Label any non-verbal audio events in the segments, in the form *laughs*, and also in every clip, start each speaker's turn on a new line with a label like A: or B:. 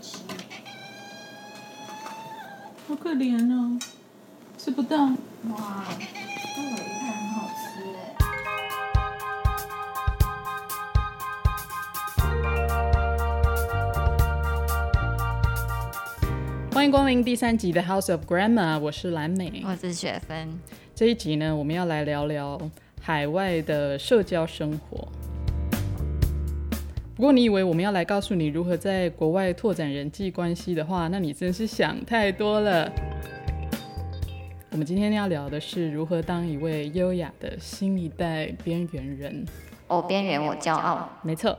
A: 吃。
B: 好可怜哦，吃不到。
A: 哇，这尾鱼还很好吃哎。
B: 欢迎光临第三集的 House of Grandma，我是蓝美。
A: 我是雪芬，
B: 这一集呢，我们要来聊聊海外的社交生活。不过，你以为我们要来告诉你如何在国外拓展人际关系的话，那你真是想太多了。我们今天要聊的是如何当一位优雅的新一代边缘人。
A: 我边缘我骄傲。
B: 没错。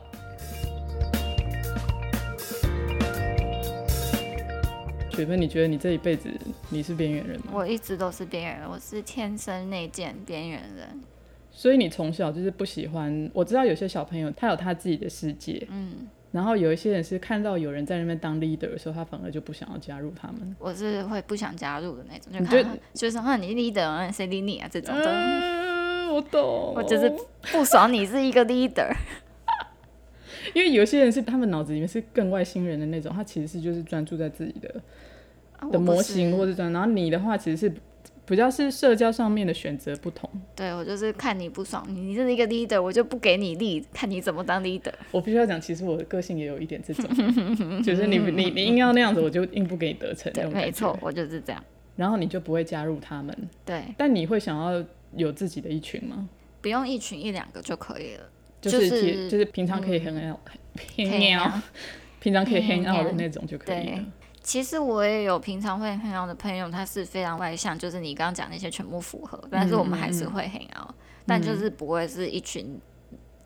B: 雪芬，你觉得你这一辈子你是边缘人吗？
A: 我一直都是边缘人，我是天生内建边缘人。
B: 所以你从小就是不喜欢。我知道有些小朋友他有他自己的世界，
A: 嗯，
B: 然后有一些人是看到有人在那边当 leader 的时候，他反而就不想要加入他们。
A: 我是会不想加入的那种，就
B: 你就
A: 看到就是啊，你 leader，谁理你啊？这种的，
B: 嗯，我懂。
A: 我就是不爽你是一个 leader。
B: 因为有些人是他们脑子里面是更外星人的那种，他其实是就是专注在自己的
A: 啊我
B: 的
A: 不
B: 模
A: 是
B: 型或者专。然后你的话其实是比较是社交上面的选择不同。
A: 对我就是看你不爽你，你是一个 leader，我就不给你力，看你怎么当 leader。
B: 我必须要讲，其实我的个性也有一点这种， *laughs* 就是你你你硬要那样子，我就硬不给你得逞
A: 对，
B: 那种
A: 没
B: 感觉。
A: 错，我就是这样。
B: 然后你就不会加入他们，
A: 对，
B: 但你会想要有自己的一群吗？
A: 不用一群一两个就可以了。
B: 就是
A: 就是
B: 贴就是平常可以 hang out、
A: 可以
B: hang
A: 啊
B: out，平常可以 hang
A: hang
B: out 的
A: out
B: 那种就可以了
A: 对。其实我也有平常会很好的朋友，他是非常外向，就是你刚刚讲那些全部符合，但是我们还是会很好，但就是不会是一群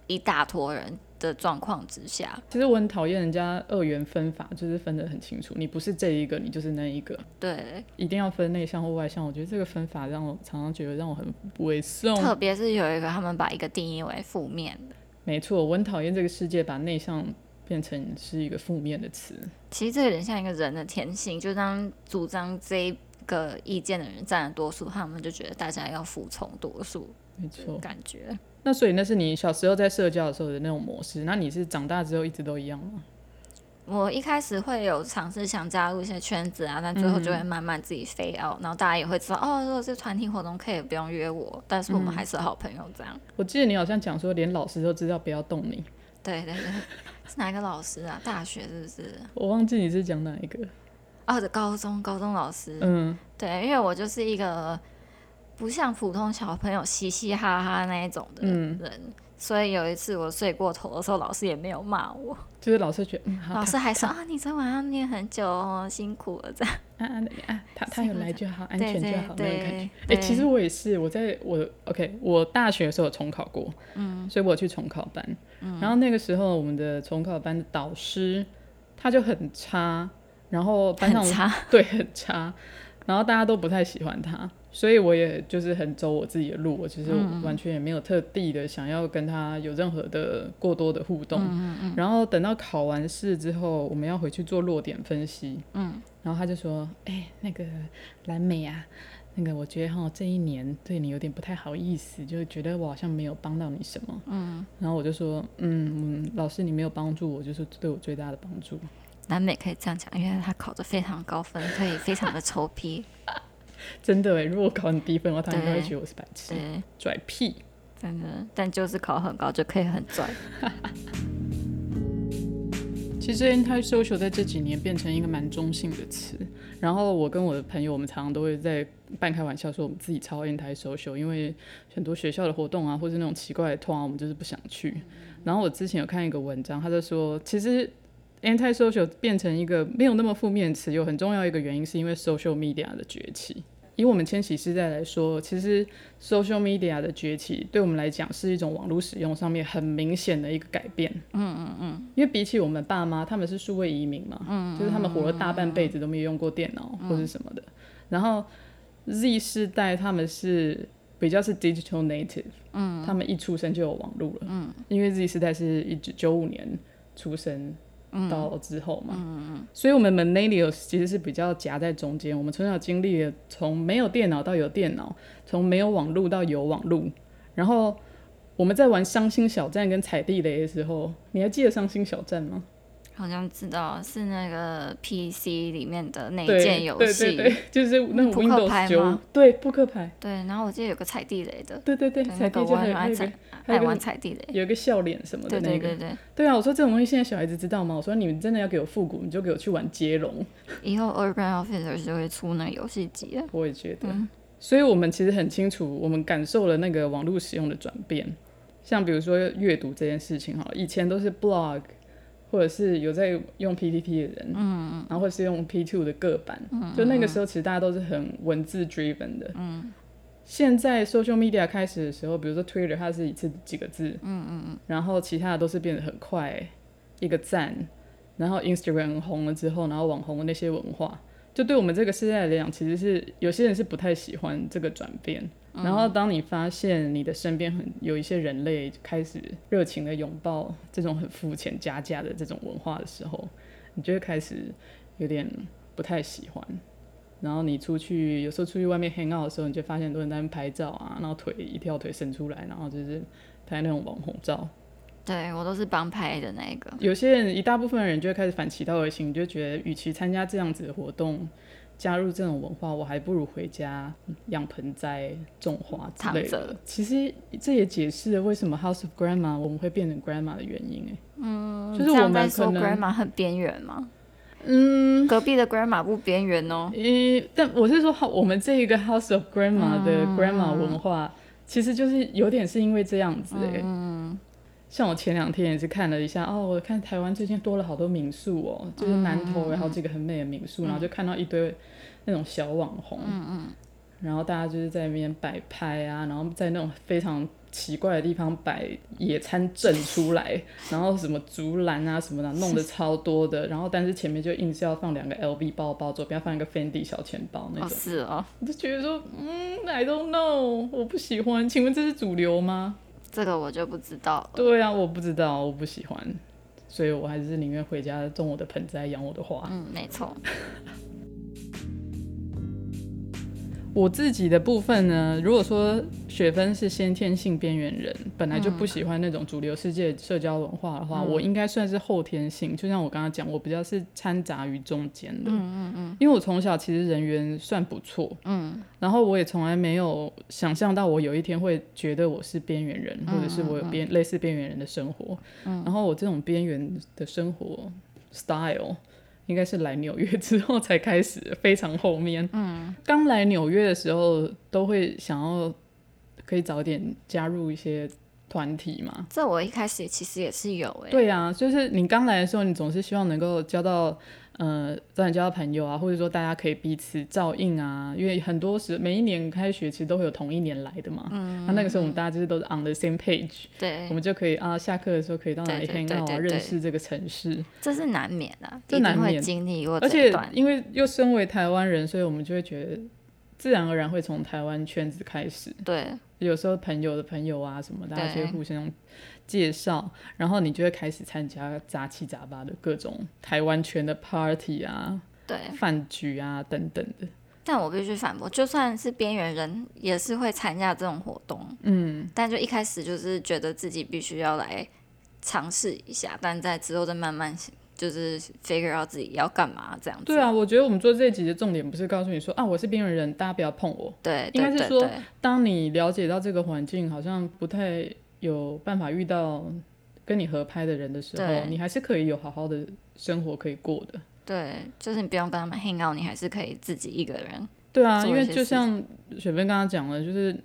A: 一大坨人的状况之下。
B: 其实我很讨厌人家二元分法，就是分得很清楚，你不是这一个，你就是那一个，
A: 对，
B: 一定要分内向或外向。我觉得这个分法让我常常觉得让我很猥琐。
A: 特别是有一个他们把一个定义为负面的，
B: 没错，我很讨厌这个世界把内向变成是一个负面的词。
A: 其实这有点像一个人的天性，就当主张这一个意见的人占了多数，他们就觉得大家要服从多数，
B: 没错，
A: 感觉。
B: 那所以那是你小时候在社交的时候的那种模式，那你是长大之后一直都一样吗？
A: 我一开始会有尝试想加入一些圈子啊，但最后就会慢慢自己飞 out，、然后大家也会知道哦，如果是团体活动可以不用约我，但是我们还是好朋友这样。
B: 我记得你好像讲说，连老师都知道不要动你，
A: 对对对，是哪一个老师啊？大学是不是？
B: 我忘记你是讲哪一个。
A: 哦，高中高中老师。
B: 嗯，
A: 对，因为我就是一个不像普通小朋友嘻嘻哈哈那一种的
B: 嗯
A: 人，所以有一次我睡过头的时候，老师也没有骂
B: *laughs*
A: 我，
B: 就是老师觉得，嗯，好，
A: 老师还说啊，你昨晚要念很久哦，辛苦了这样。
B: 他啊啊啊，他他有来就好，安
A: 对
B: 全就
A: 对
B: 好那种感觉。哎、
A: 对
B: 其实我也是，我在我 OK，我大学的时候有重考过，嗯，所以我去重考班，
A: 嗯
B: 然后那个时候我们的重考班的导师他就很差，然后班上
A: 很差，
B: 对，很差。然后大家都不太喜欢他，所以我也就是很走我自己的路，我其实完全也没有特地的想要跟他有任何的过多的互动。然后等到考完试之后，我们要回去做落点分析。嗯，然后他就说：“哎、那个蓝美啊，那个我觉得哈这一年对你有点不太好意思，就是觉得我好像没有帮到你什么。”嗯，然后我就说：“嗯，嗯老师你没有帮助我，就是对我最大的帮助。”
A: 南美可以这样讲，因为他考得非常高分，所以非常的臭 *laughs* 屁。
B: 真的哎，如果考很低分的话，他应该会
A: 对
B: 觉得我是白痴，
A: 对，
B: 拽屁。
A: 真的，但就是考很高就可以很拽。
B: 其实 anti social 在这几年变成一个蛮中性的词，然后我跟我的朋友，我们常常都会在半开玩笑说我们自己超 anti social，因为很多学校的活动啊，或是那种奇怪的通啊，我们就是不想去。然后我之前有看一个文章，他就说，其实 anti social 变成一个没有那么负面的词，有很重要一个原因是因为 social media 的崛起。以我们千禧世代来说，其实 social media 的崛起对我们来讲是一种网络使用上面很明显的一个改变。因为比起我们爸妈，他们是数位移民嘛，就是他们活了大半辈子都没有用过电脑或者什么的。然后 Z 世代他们是比较是 digital native，嗯，他们一出生就有网络了，嗯，因为 Z 世代是一九九五年出生。到之后嘛，所以我们 millennials 其实是比较夹在中间。我们从小经历了从没有电脑到有电脑，从没有网络到有网络，然后我们在玩伤心小站跟踩地雷的时候，你还记得伤心小站吗？
A: 好像知道是那个 PC 里面的那一
B: 对
A: 件游戏，
B: 对对对，就是那种
A: 扑克牌
B: Windows 九
A: 吗，
B: 对扑克牌，
A: 对然后我记得有个踩地雷的，
B: 对对对，
A: 对
B: 踩
A: 那
B: 地
A: 个
B: 就
A: 我
B: 还
A: 很
B: 有还
A: 爱
B: 有一个
A: 踩，
B: 还
A: 爱
B: 有一个
A: 玩踩地雷。
B: 有一个笑脸什么的
A: 对
B: 那
A: 对
B: 个
A: 对，对，
B: 对啊，我说这种东西现在小孩子知道吗？我说你们真的要给我复古，你就给我去玩接龙，
A: 以后 Urban Officer 就会出那个游戏机了。
B: 我也觉得。
A: 嗯
B: 所以我们其实很清楚，我们感受了那个网络使用的转变。像比如说阅读这件事情哈，以前都是 blog，或者是有在用 PPT 的人，嗯，然后或是用 P two 的个版，就那个时候其实大家都是很文字 driven 的，嗯。现在 social media 开始的时候，比如说 Twitter，它是一次几个字，嗯嗯嗯，然后其他的都是变得很快，一个赞，然后 Instagram 红了之后，然后网红的那些文化，就对我们这个世代来讲，其实是有些人是不太喜欢这个转变。然后，当你发现你的身边很有一些人类开始热情的拥抱这种很肤浅加价的这种文化的时候，你就会开始有点不太喜欢。然后你出去，有时候出去外面 hang out 的时候，你就发现很多人在那边拍照啊，然后腿一条腿伸出来，然后就是拍那种网红照。
A: 对我都是帮拍的那一个，
B: 有些人一大部分人就会开始反其道而行，就觉得与其参加这样子的活动，加入这种文化，我还不如回家养盆栽、种花之
A: 躺
B: 类的
A: 着。
B: 其实这也解释了为什么 House of Grandma 我们会变成 Grandma 的原因、欸。嗯，就是
A: 这
B: 我
A: 样在
B: 们
A: 说
B: 可能，
A: grandma 很边缘吗？
B: 嗯，
A: 隔壁的 grandma 不边缘哦。
B: 诶，但我是说，我们这一个 House of Grandma 的
A: 啊
B: Grandma 文化，其实就是有点是因为这样子、欸。
A: 嗯，
B: 像我前两天也是看了一下，哦，我看台湾最近多了好多民宿哦，就是南投有好几个很美的民
A: 嗯
B: 宿，然后就看到一堆那种小网红，嗯嗯，然后大家就是在那边摆拍啊，然后在那种非常奇怪的地方摆野餐阵出来， *laughs* 然后什么竹篮啊什么的，弄得超多的，然后但是前面就硬是要放两个 LV 包包，左边放一个 Fendi 小钱包那
A: 哦
B: 种，
A: 是哦，
B: 我就觉得说，嗯，I don't know，我不喜欢，请问这是主流吗？
A: 这个我就不知道了。
B: 对啊，我不知道，我不喜欢，所以我还是宁愿回家种我的盆栽，养我的花。
A: 嗯，没错。
B: 我自己的部分呢，如果说雪芬是先天性边缘人，本来就不喜欢那种主流世界社交文化的话，我应该算是后天性。就像我刚刚讲，我比较是掺杂于中间的。嗯嗯嗯。因为我从小其实人缘算不错，
A: 嗯，
B: 然后我也从来没有想象到我有一天会觉得我是边缘人，或者是我有边类似边缘人的生活。然后我这种边缘的生活 style。应该是来纽约之后才开始，非常后面。嗯，刚来纽约的时候，都会想要可以早点加入一些团体嘛。
A: 这我一开始其实也是有欸诶、
B: 对啊，就是你刚来的时候，你总是希望能够交到呃，早点交到朋友啊，或者说大家可以彼此照应啊，因为很多时每一年开学其实都会有同一年来的嘛。嗯，那那个时候我们大家就是都是 on the same page，我
A: 对，
B: 们就可以啊，下课的时候可以到哪里
A: 对对
B: hang
A: 对
B: out，啊
A: 对对
B: 认识这个城市。
A: 这是难免的、
B: 这
A: 一
B: 难
A: 定会
B: 免
A: 经历过
B: 而
A: 这一
B: 且
A: 段。
B: 因为又身为台湾人，所以我们就会觉得自然而然会从台湾圈子开始。
A: 对，
B: 有时候朋友的朋友啊什么，大家就
A: 对
B: 会互相介绍，然后你就会开始参加杂七杂八的各种台湾圈的 party 啊、
A: 对，
B: 饭局啊等等的。
A: 但我必须反驳，就算是边缘人，也是会参加这种活动。嗯，但就一开始就是觉得自己必须要来尝试一下，但在之后再慢慢就是 figure out 自己要干嘛这样子。
B: 对啊，我觉得我们做这一集的重点不是告诉你说啊我是边缘人，大家不要碰我。
A: 对，
B: 应
A: 对，
B: 该是
A: 对
B: 说
A: 对
B: 当你了解到这个环境好像不太有办法遇到跟你合拍的人的时候，
A: 对
B: 你还是可以有好好的生活可以过的。
A: 对，就是你不用跟他们 hang out，你还是可以自己一个人。
B: 对啊，
A: 做
B: 因
A: 一
B: 为
A: 些
B: 就
A: 事
B: 像雪芬刚刚讲了，就是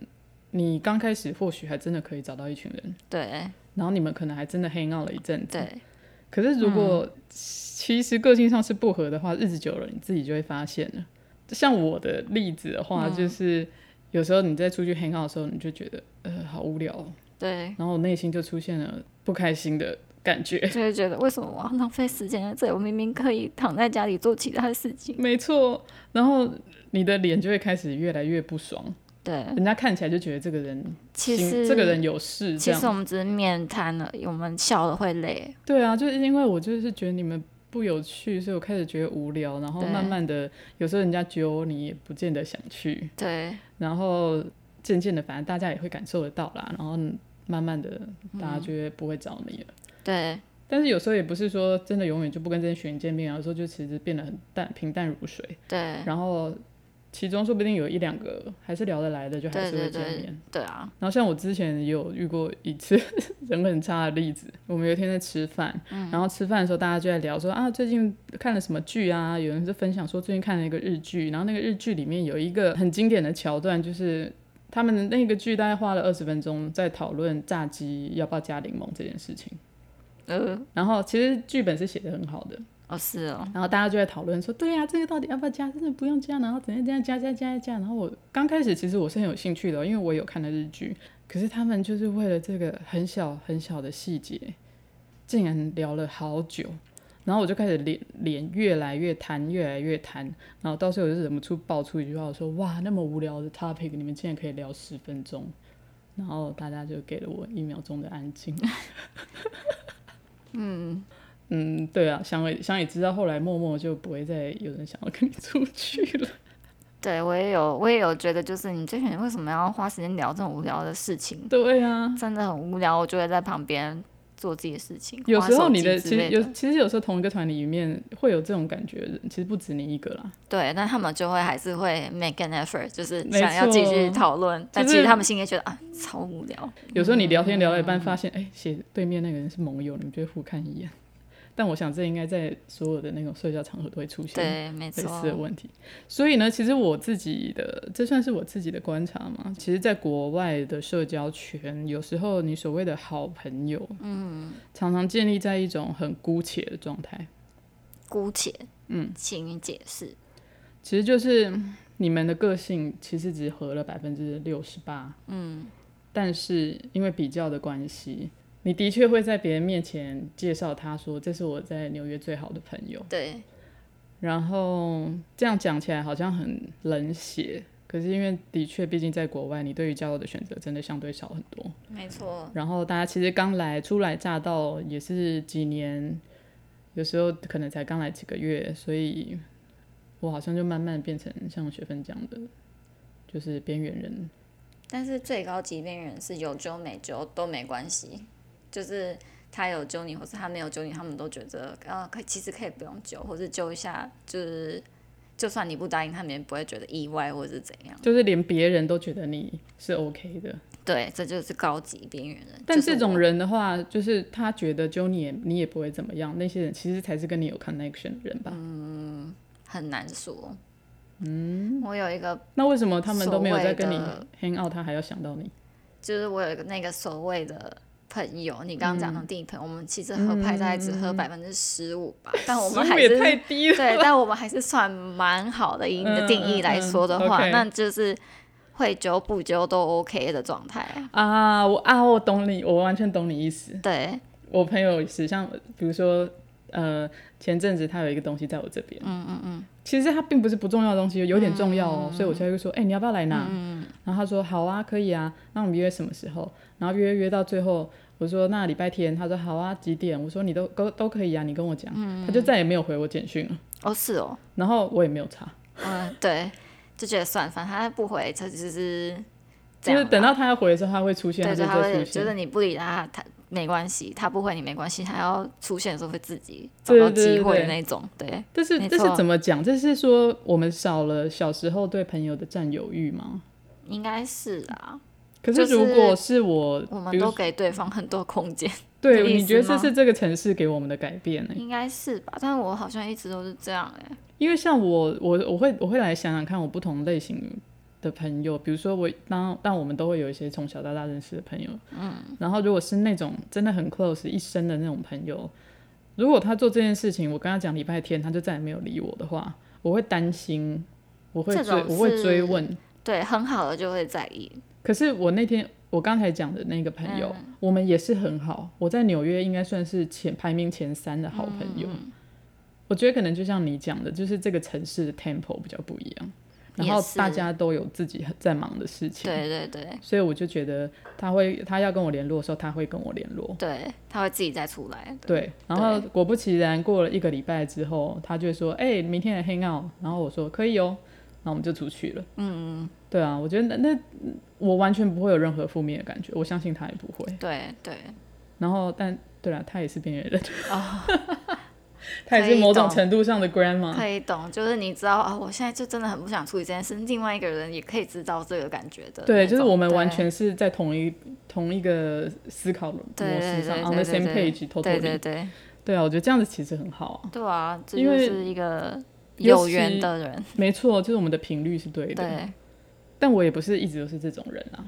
B: 你刚开始或许还真的可以找到一群人，
A: 对
B: 然后你们可能还真的 hang out 了一阵子。
A: 对，嗯
B: 可是如果其实个性上是不合的话，日子久了你自己就会发现了。像我的例子的话，
A: 嗯
B: 就是有时候你在出去 hang out 的时候，你就觉得呃好无聊哦，
A: 对，
B: 然后我内心就出现了不开心的感觉。 *laughs*
A: 就会觉得为什么我要浪费时间在这里？我明明可以躺在家里做其他的事情。
B: 没错，然后你的脸就会开始越来越不爽，
A: 对，
B: 人家看起来就觉得这个人
A: 其
B: 心
A: 实
B: 这个人有事，这
A: 其
B: 样。
A: 实我们只是面瘫而已，我们笑了会累。
B: 对啊，就是因为我就是觉得你们不有趣，所以我开始觉得无聊，然后
A: 对
B: 慢慢的，有时候人家揪你也不见得想去，
A: 对
B: 然后渐渐的，反
A: 嗯
B: 正大家也会感受得到啦，然后慢慢的，大家就会不会找你了。
A: 对，
B: 但是有时候也不是说真的永远就不跟这些学员见面啊，有时候就其实变得很淡平淡如水，
A: 对
B: 然后其中说不定有一两个还是聊得来的，就还
A: 对
B: 是
A: 对
B: 会见面。
A: 对对啊，
B: 然后像我之前也有遇过一次 *laughs* 人很差的例子，我们有一天在吃饭，然后吃饭的时候大家就在聊说啊最近看了什么剧啊，有人是分享说最近看了一个日剧，然后那个日剧里面有一个很经典的桥段，就是他们那个剧大概花了二十分钟在讨论炸鸡要不要加柠檬这件事情，
A: 呃，
B: 然后其实剧本是写的很好的，
A: 哦是哦，
B: 然后大家就在讨论说，对呀、这个到底要不要加？真的不用加，然后怎样怎样加加加加。然后我刚开始其实我是很有兴趣的哦，因为我有看的日剧，可是他们就是为了这个很小很小的细节，竟然聊了好久。然后我就开始脸脸越来越弹，越来越弹，然后到时候我就忍不住爆出一句话，我说：“哇，那么无聊的 topic，你们竟然可以聊十分钟。”然后大家就给了我一秒钟的安静。嗯，对啊，想也想也知道，后来默默就不会再有人想要跟你出去
A: *laughs*
B: 了。
A: 对我也有我也有觉得，就是你这群人为什么要花时间聊这种无聊的事情？
B: 对啊，
A: 真的很无聊，我就会在旁边做自己的事情，
B: *laughs* 有
A: 划
B: 时候
A: 手
B: 你
A: 机
B: 的
A: 之
B: 其实
A: 类
B: 有
A: 的
B: 其实有时候同一个团里面会有这种感觉的人，其实不止你一个啦。
A: 对，但他们就会还是会 make an effort，就是
B: 没
A: 想要继续
B: 错
A: 讨论，但
B: 就
A: 其实
B: 是
A: 他们心里也觉得啊超无聊，
B: 有时候你聊天聊到一
A: 嗯
B: 半，发现哎，写、对面那个人是盟友，你们就会互看一眼。 *laughs* 但我想这应该在所有的那种社交场合都会出现。
A: 对，没
B: 类
A: 错
B: 似，的问题。所以呢，其实我自己的这算是我自己的观察嘛。其实，在国外的社交圈，有时候你所谓的好朋友，嗯，常常建立在一种很姑且的状态。
A: 姑且，嗯，请你解释，
B: 其实就是你们的个性其实只合了百分之六十八，嗯，但是因为比较的关系。你的确会在别人面前介绍他说：“这是我在纽约最好的朋友。”
A: 对
B: 然后这样讲起来好像很冷血，可是因为的确，毕竟在国外，你对于交友的选择真的相对少很多。
A: 没错，
B: 然后大家其实刚来初来乍到，也是几年，有时候可能才刚来几个月，所以我好像就慢慢变成像学分讲的，就是边缘人。
A: 但是最高级边缘人是有救没救都没关系，就是他有救你，或是他没有救你，他们都觉得啊，可以其实可以不用救，或是救一下，就是就算你不答应，他们也不会觉得意外或是怎样。
B: 就是连别人都觉得你是 OK 的，
A: 对，这就是高级边缘人。
B: 但
A: 就是
B: 这种
A: 我
B: 人的话，就是他觉得揪你也你也不会怎么样，那些人其实才是跟你有 connection 的人吧。
A: 很难说。嗯，我有一个，
B: 那为什么他们都没有在跟你
A: 所谓
B: hang out，他还要想到你？
A: 就是我有一个那个所谓的。朋友，你刚刚讲的
B: 嗯
A: 地朋友，我们其实合拍大概只合百分之十五吧，但我们
B: 食
A: 还
B: 物
A: 是
B: 嗯也太
A: *laughs*
B: 低了。嗯
A: 对，但我们还是算蛮好的。以你的定义来说的话，
B: 嗯嗯嗯，OK
A: 那就是会揪不揪都 OK 的状态啊。
B: 啊，我啊，我懂你，我完全懂你意思。
A: 对，
B: 我朋友也是，像比如说，呃，前阵子他有一个东西在我这边，嗯嗯嗯，其实它并不是不重要
A: 嗯
B: 的东西，有点重要哦，所以我才会说，哎、你要不要来拿？然后他说好啊，可以啊，那我们约什么时候？然后约约到最后，我说那礼拜天，他说好啊，几点？我说你都都都可以啊，你跟我讲，他
A: 嗯
B: 就再也没有回我简讯了，
A: 哦是哦，
B: 然后我也没有查。
A: 嗯，对，就觉得算，反正他不回，他只是这
B: 就是
A: 样吧。
B: 等到他要回的时候，他会出现，
A: 对，
B: 就
A: 就他
B: 再
A: 会
B: 出
A: 觉
B: 现。
A: 得你不理他，他没关系，他不回你没关系，他要出现的时候会自己找
B: 对
A: 到
B: 对
A: 机
B: 对
A: 会
B: 对
A: 的那种。对，
B: 这是
A: 没
B: 这
A: 错
B: 是怎么讲？这是说我们少了小时候对朋友的占有欲吗？
A: 应该是啊，
B: 可
A: 就是是
B: 如果是我，
A: 我
B: 比
A: 们
B: 如
A: 都给对方很多空间，这个
B: 对，
A: 意
B: 你觉得
A: 思
B: 这
A: 吗
B: 是这个城市给我们的改变呢、
A: 应该是吧？但是我好像一直都是这样哎、
B: 因为像我，我我会我会来想想看，我不同类型的朋友，比如说我当但我们都会有一些从小到大认识的朋友，嗯，然后如果是那种真的很 close 一生的那种朋友，如果他做这件事情，我跟他讲礼拜天，他就再也没有理我的话，我会担心，我会
A: 这
B: 追
A: 种
B: 我会
A: 是
B: 追问。
A: 对，很好的就会在意，
B: 可是我那天我刚才讲的那个朋
A: 嗯
B: 友，我们也是很好，我在纽约应该算是前排名前三的好朋友。
A: 嗯
B: 我觉得可能就像你讲的，就是这个城市的 tempo 比较不一样，然后
A: 也是
B: 大家都有自己很在忙的事情，
A: 对对对。
B: 所以我就觉得他会他要跟我联络的时候，他会跟我联络。
A: 对，他会自己再出来。
B: 对，然后果不其然，过了一个礼拜之后，他就会说：“哎、明天来 hang out。”然后我说：“可以哦。”然后我们就出去了。嗯嗯，对啊，我觉得那那我完全不会有任何负面的感觉，我相信他也不会。
A: 对对
B: 然后但对啦，他也是边缘人，
A: 哦，
B: *laughs* 他也
A: 可
B: 是
A: 以
B: 某种
A: 懂
B: 程度上的 grandma。
A: 可以懂，就是你知道啊、我现在就真的很不想处理这件事，另外一个人也可以知道这个感觉的那种。
B: 对，就是我们
A: 对
B: 完全是在同一同一个思考模
A: 对
B: 式
A: 对
B: 上
A: 对
B: ，on
A: 对
B: the same
A: 对对
B: page，偷偷
A: 对对
B: 理。
A: 对
B: 对啊，我觉得这样子其实很好啊。
A: 对啊，这
B: 因
A: 就
B: 为
A: 是一个
B: 尤
A: 有缘
B: 其
A: 的人，
B: 没错，就是我们的频率是对的。
A: 对，
B: 但我也不是一直都是这种人啊。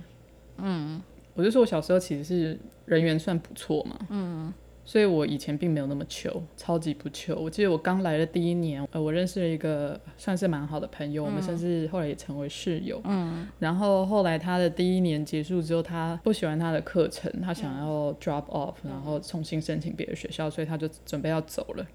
A: 嗯
B: 我就说我小时候其实是人缘算不错嘛，嗯，所以我以前并没有那么糗，超级不糗。我记得我刚来的第一年，呃，我认识了一个算是蛮好的朋友，我们甚至后来也成为室友，
A: 嗯，
B: 然后后来他的第一年结束之后，他不喜欢他的课程，他想
A: 嗯
B: 要 drop off，、然后重新申请别的学校，所以他就准备要走了。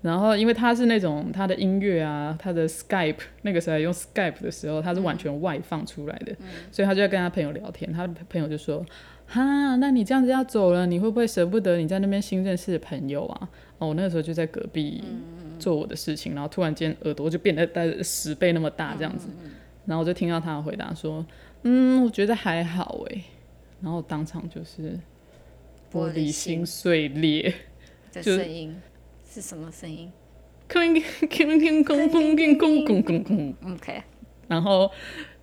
B: 然后，因为他是那种他的音乐啊，他的 Skype 那个时候还用 Skype 的时候，他是完全外放出来的，所以他就在跟他朋友聊天，他的朋友就说：“哈，那你这样子要走了，你会不会舍不得你在那边新认识的朋友啊？”哦，我那个时候就在隔壁做我的事情，然后突然间耳朵就变得大概十倍那么大这样子，然后我就听到他的回答说：“嗯，我觉得还好诶。”然后当场就是玻
A: 玻璃
B: 璃心
A: 心
B: 碎裂，
A: 的
B: 就是
A: 声音是什么声音
B: 吭吭吭吭吭吭吭吭吭，
A: ？OK，
B: 然后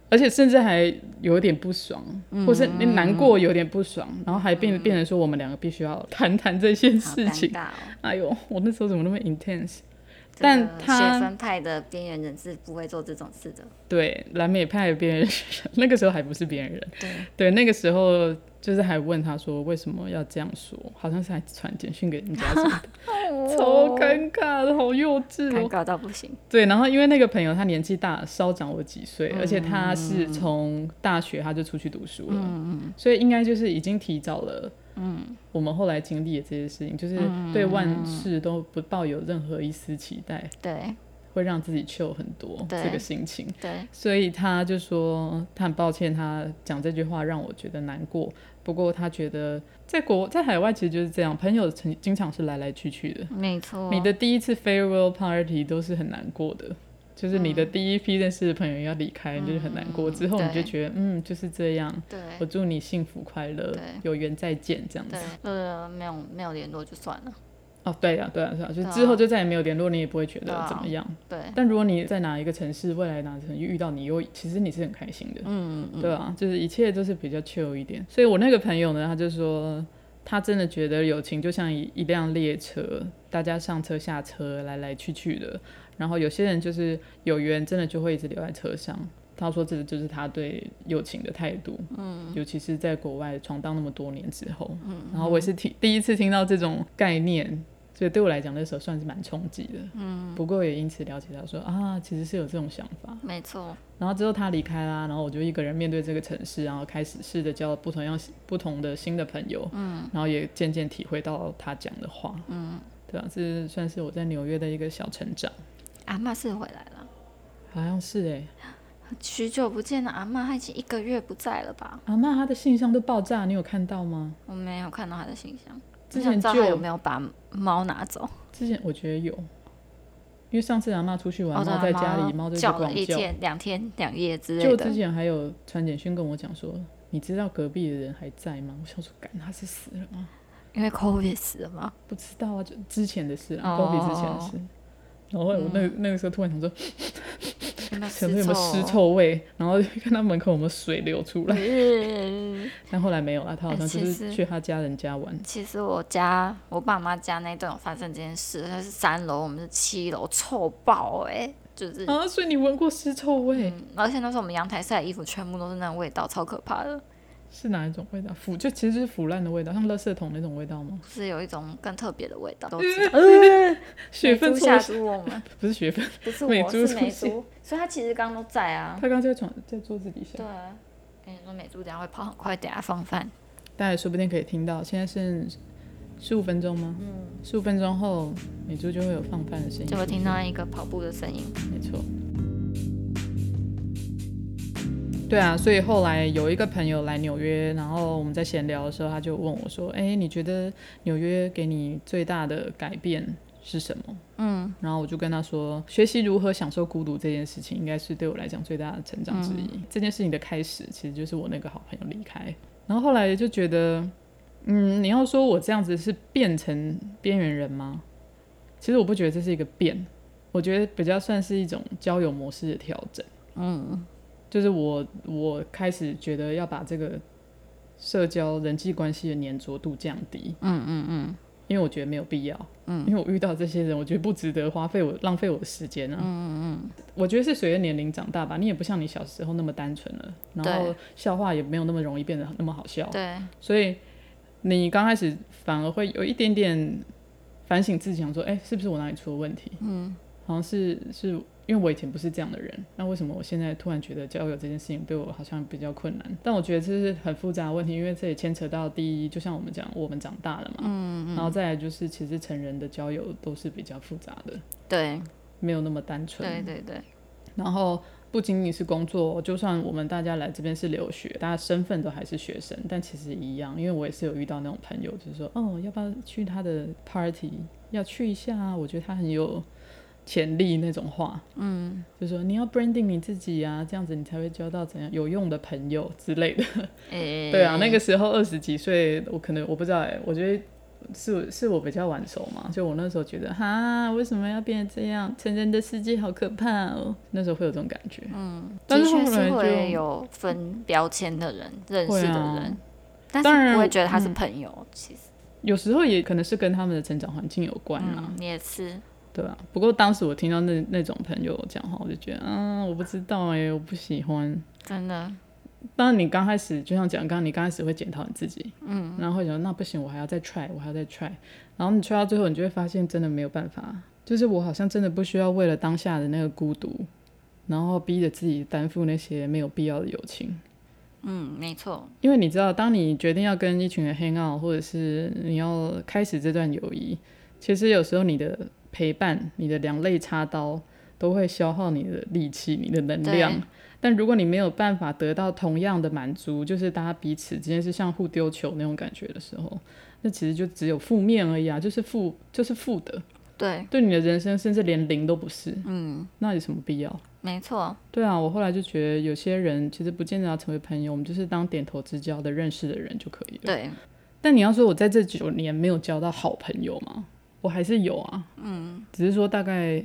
B: 而且甚至还有点不爽，或是你难过有点不爽，然后还变变成说我们两个必须要谈谈这件
A: 好
B: 事
A: 尴
B: 情。
A: 尬哦。
B: 哎呦，我那时候怎么那么 intense？
A: 这
B: 但
A: 个
B: 他
A: 学分派的边缘人是不会做这种事的。
B: 对，蓝美派的边缘人， *laughs* 那个时候还不是边缘人，
A: 对，
B: 对，那个时候就是还问他说为什么要这样说，好像是还传简讯给人家什 *laughs* 么的超
A: 哦
B: 尴尬的，好幼稚
A: 尴
B: 哦。
A: 尬到不行。
B: 对，然后因为那个朋友他年纪大，稍长我几岁，而且他是从大学他就出去读书了，所以应该就是已经提早了。嗯，我们后来经历的这些事情，就是对万事都不抱有任何一丝期待，
A: 对
B: 会让自己 chill 很多
A: 对
B: 这个心情。
A: 对，
B: 所以他就说他很抱歉，他讲这句话让我觉得难过。不过他觉得在国在海外其实就是这样，朋友曾经常是来来去去的。
A: 没错。
B: 你的第一次 farewell party 都是很难过的，就是
A: 嗯
B: 你的第一批认识的朋友要离开，你就是很难过。之后你就
A: 对
B: 觉得嗯就是这样，
A: 对
B: 我祝你幸福快乐
A: 对，
B: 有缘再见这样子
A: 对。，呃，没有没有联络就算了。
B: 哦，对呀、对呀、对呀、就
A: 对啊
B: 之后就再也没有联络，你也不会觉
A: 对
B: 得
A: 啊
B: 怎么样。
A: 对，
B: 但如果你在哪一个城市，未来哪个城市遇到你，又其实你是很开心的。
A: 嗯，
B: 对啊，就是一切都是比较 chill 一点。所以我那个朋友呢，他就说，他真的觉得友情就像一一辆列车，大家上车下车，来来去去的。然后有些人就是有缘，真的就会一直留在车上。他说，这就是他对友情的态度。嗯，尤其是在国外闯荡那么多年之后，嗯，然后我也是听第一次听到这种概念。所以对我来讲，那时候算是蛮冲击的。嗯，不过也因此了解到说啊，其实是有这种想法。
A: 没错。
B: 然后之后他离开啦，然后我就一个人面对这个城市，然后开始试着交不同样不同的新的朋友，嗯，然后也渐渐体会到他讲的话，嗯，对啊，这算是我在纽约的一个小成长，
A: 阿嬷是回来了，
B: 好像是哎、
A: 许久不见的阿嬷，她已经一个月不在了吧？
B: 阿妈她的信箱都爆炸，你有看到吗？
A: 我没有看到她的信箱，
B: 之
A: 我
B: 前
A: 想知道
B: 就
A: 她有没有把猫拿走。
B: 之前我觉得有，因为上次阿妈出去玩，
A: 哦对
B: 猫
A: 啊
B: 在家里，猫
A: 猫
B: 就去
A: 叫了
B: 广
A: 一
B: 叫，
A: 天、两天、两夜之类
B: 就之
A: 的。
B: 前还有传简讯跟我讲说，你知道隔壁的人还在吗？我想说，干他是死了吗？
A: 因为 COVID 死了吗？
B: 不知道啊，就之前的事啊，
A: 哦
B: 高比之前的事。然后我那个那个时候突然想说，
A: 有没有
B: 想说有没有尸
A: 尸臭？哦
B: 臭味，然后就看他门口有没有水流出
A: *laughs*
B: 来， *laughs*
A: 嗯
B: 但后来没有啊，他好像就
A: 哎其
B: 是
A: 实
B: 去他家人家玩。
A: 其实我家我爸妈家那栋有发生这件事，它是三楼，我们是七楼，臭爆哎、就是、
B: 啊，所以你闻过尸臭味、
A: 嗯，而且那时候我们阳台晒的衣服全部都是那个味道，超可怕的。
B: 是哪一种味道？腐就其实就是腐烂的味道，像垃圾桶那种味道吗？
A: 是有一种更特别的味道，都
B: 血粪
A: 哎猪
B: 臭
A: *laughs* 下毒我们，
B: 不是血粪，
A: 不是
B: 美
A: 我
B: 猪
A: 是美
B: 出现
A: 猪， *laughs* 所以它其实刚刚都在啊
B: 他。刚刚就在床在桌子底下
A: 对。啊，跟你说美猪等下会跑很快，等下放饭。
B: 大家也说不定可以听到，现在剩十五分钟吗？嗯，十五分钟后美珠就会有放饭的声音。
A: 就会听到一个跑步的声音。
B: 没错。对啊，所以后来有一个朋友来纽约，然后我们在闲聊的时候，他就问我说：“哎、你觉得纽约给你最大的改变是什么？”嗯，然后我就跟他说：“学习如何享受孤独这件事情，应该是对我来讲最大的成长之一。这件事情的开始，其实就是我那个好朋友离开。然后后来就觉得嗯，你要说我这样子是变成边缘人吗？其实我不觉得这是一个变，我觉得比较算是一种交友模式的调整。
A: 嗯，
B: 就是我我开始觉得要把这个社交人际关系的粘着度降低。嗯嗯嗯，因为我觉得没有必要。嗯，因为我遇到这些人，我觉得不值得花费我浪费我的时间啊。嗯嗯嗯，我觉得是随着年龄长大吧，你也不像你小时候那么单纯了，然后
A: 对
B: 笑话也没有那么容易变得那么好笑。
A: 对，
B: 所以你刚开始反而会有一点点反省自己，想说，哎、是不是我哪里出了问题？嗯，好像是是因为我以前不是这样的人，那为什么我现在突然觉得交友这件事情对我好像比较困难？但我觉得这是很复杂的问题，因为这也牵扯到第一，就像我们讲，我们长大了嘛，嗯嗯，然后再来就是，其实成人的交友都是比较复杂的，
A: 对，
B: 没有那么单纯，
A: 对对对，
B: 然后不仅仅是工作，哦就算我们大家来这边是留学，大家身份都还是学生，但其实一样，因为我也是有遇到那种朋友，就是说，哦，要不要去他的 party？要去一下啊，我觉得他很有潜力那种话，嗯，就说你要 branding 你自己啊，这样子你才会交到怎样有用的朋友之类的。
A: 诶、
B: 对啊，那个时候二十几岁，我可能我不知道哎、我觉得是是我比较晚熟嘛，就我那时候觉得哈，为什么要变成这样？成人的世界好可怕哦，那时候会有这种感觉。嗯，但
A: 的
B: 是后
A: 确是
B: 来
A: 会
B: 就
A: 有分标签的人，认识的
B: 啊
A: 人，但
B: 当然嗯
A: 是不会觉得他是朋友，其实，
B: 有时候也可能是跟他们的成长环境有关啦、
A: 嗯，你也是，
B: 对啊，不过当时我听到那那种朋友讲话，我就觉得嗯，我不知道哎、我不喜欢。
A: 真的，
B: 当然，你刚开始就像讲，刚刚你刚开始会检讨你自己，嗯，然后会想那不行，我还要再 try，我还要再 try，然后你 try 到最后，你就会发现真的没有办法，就是我好像真的不需要为了当下的那个孤独，然后逼着自己担负那些没有必要的友情，
A: 嗯，没错，
B: 因为你知道，当你决定要跟一群人 hang out，或者是你要开始这段友谊，其实有时候你的陪伴、你的两肋插刀都会消耗你的力气、你的能量
A: 对。
B: 但如果你没有办法得到同样的满足，就是大家彼此之间是像互丢球那种感觉的时候，那其实就只有负面而已啊，就是负，就是负的，
A: 对，
B: 对你的人生甚至连零都不是。嗯，那有什么必要？
A: 没错，
B: 对啊，我后来就觉得有些人其实不见得要成为朋友，我们就是当点头之交的认识的人就可以了。
A: 对，
B: 但你要说我在这九年没有交到好朋友吗？我还是有啊，嗯，只是说大概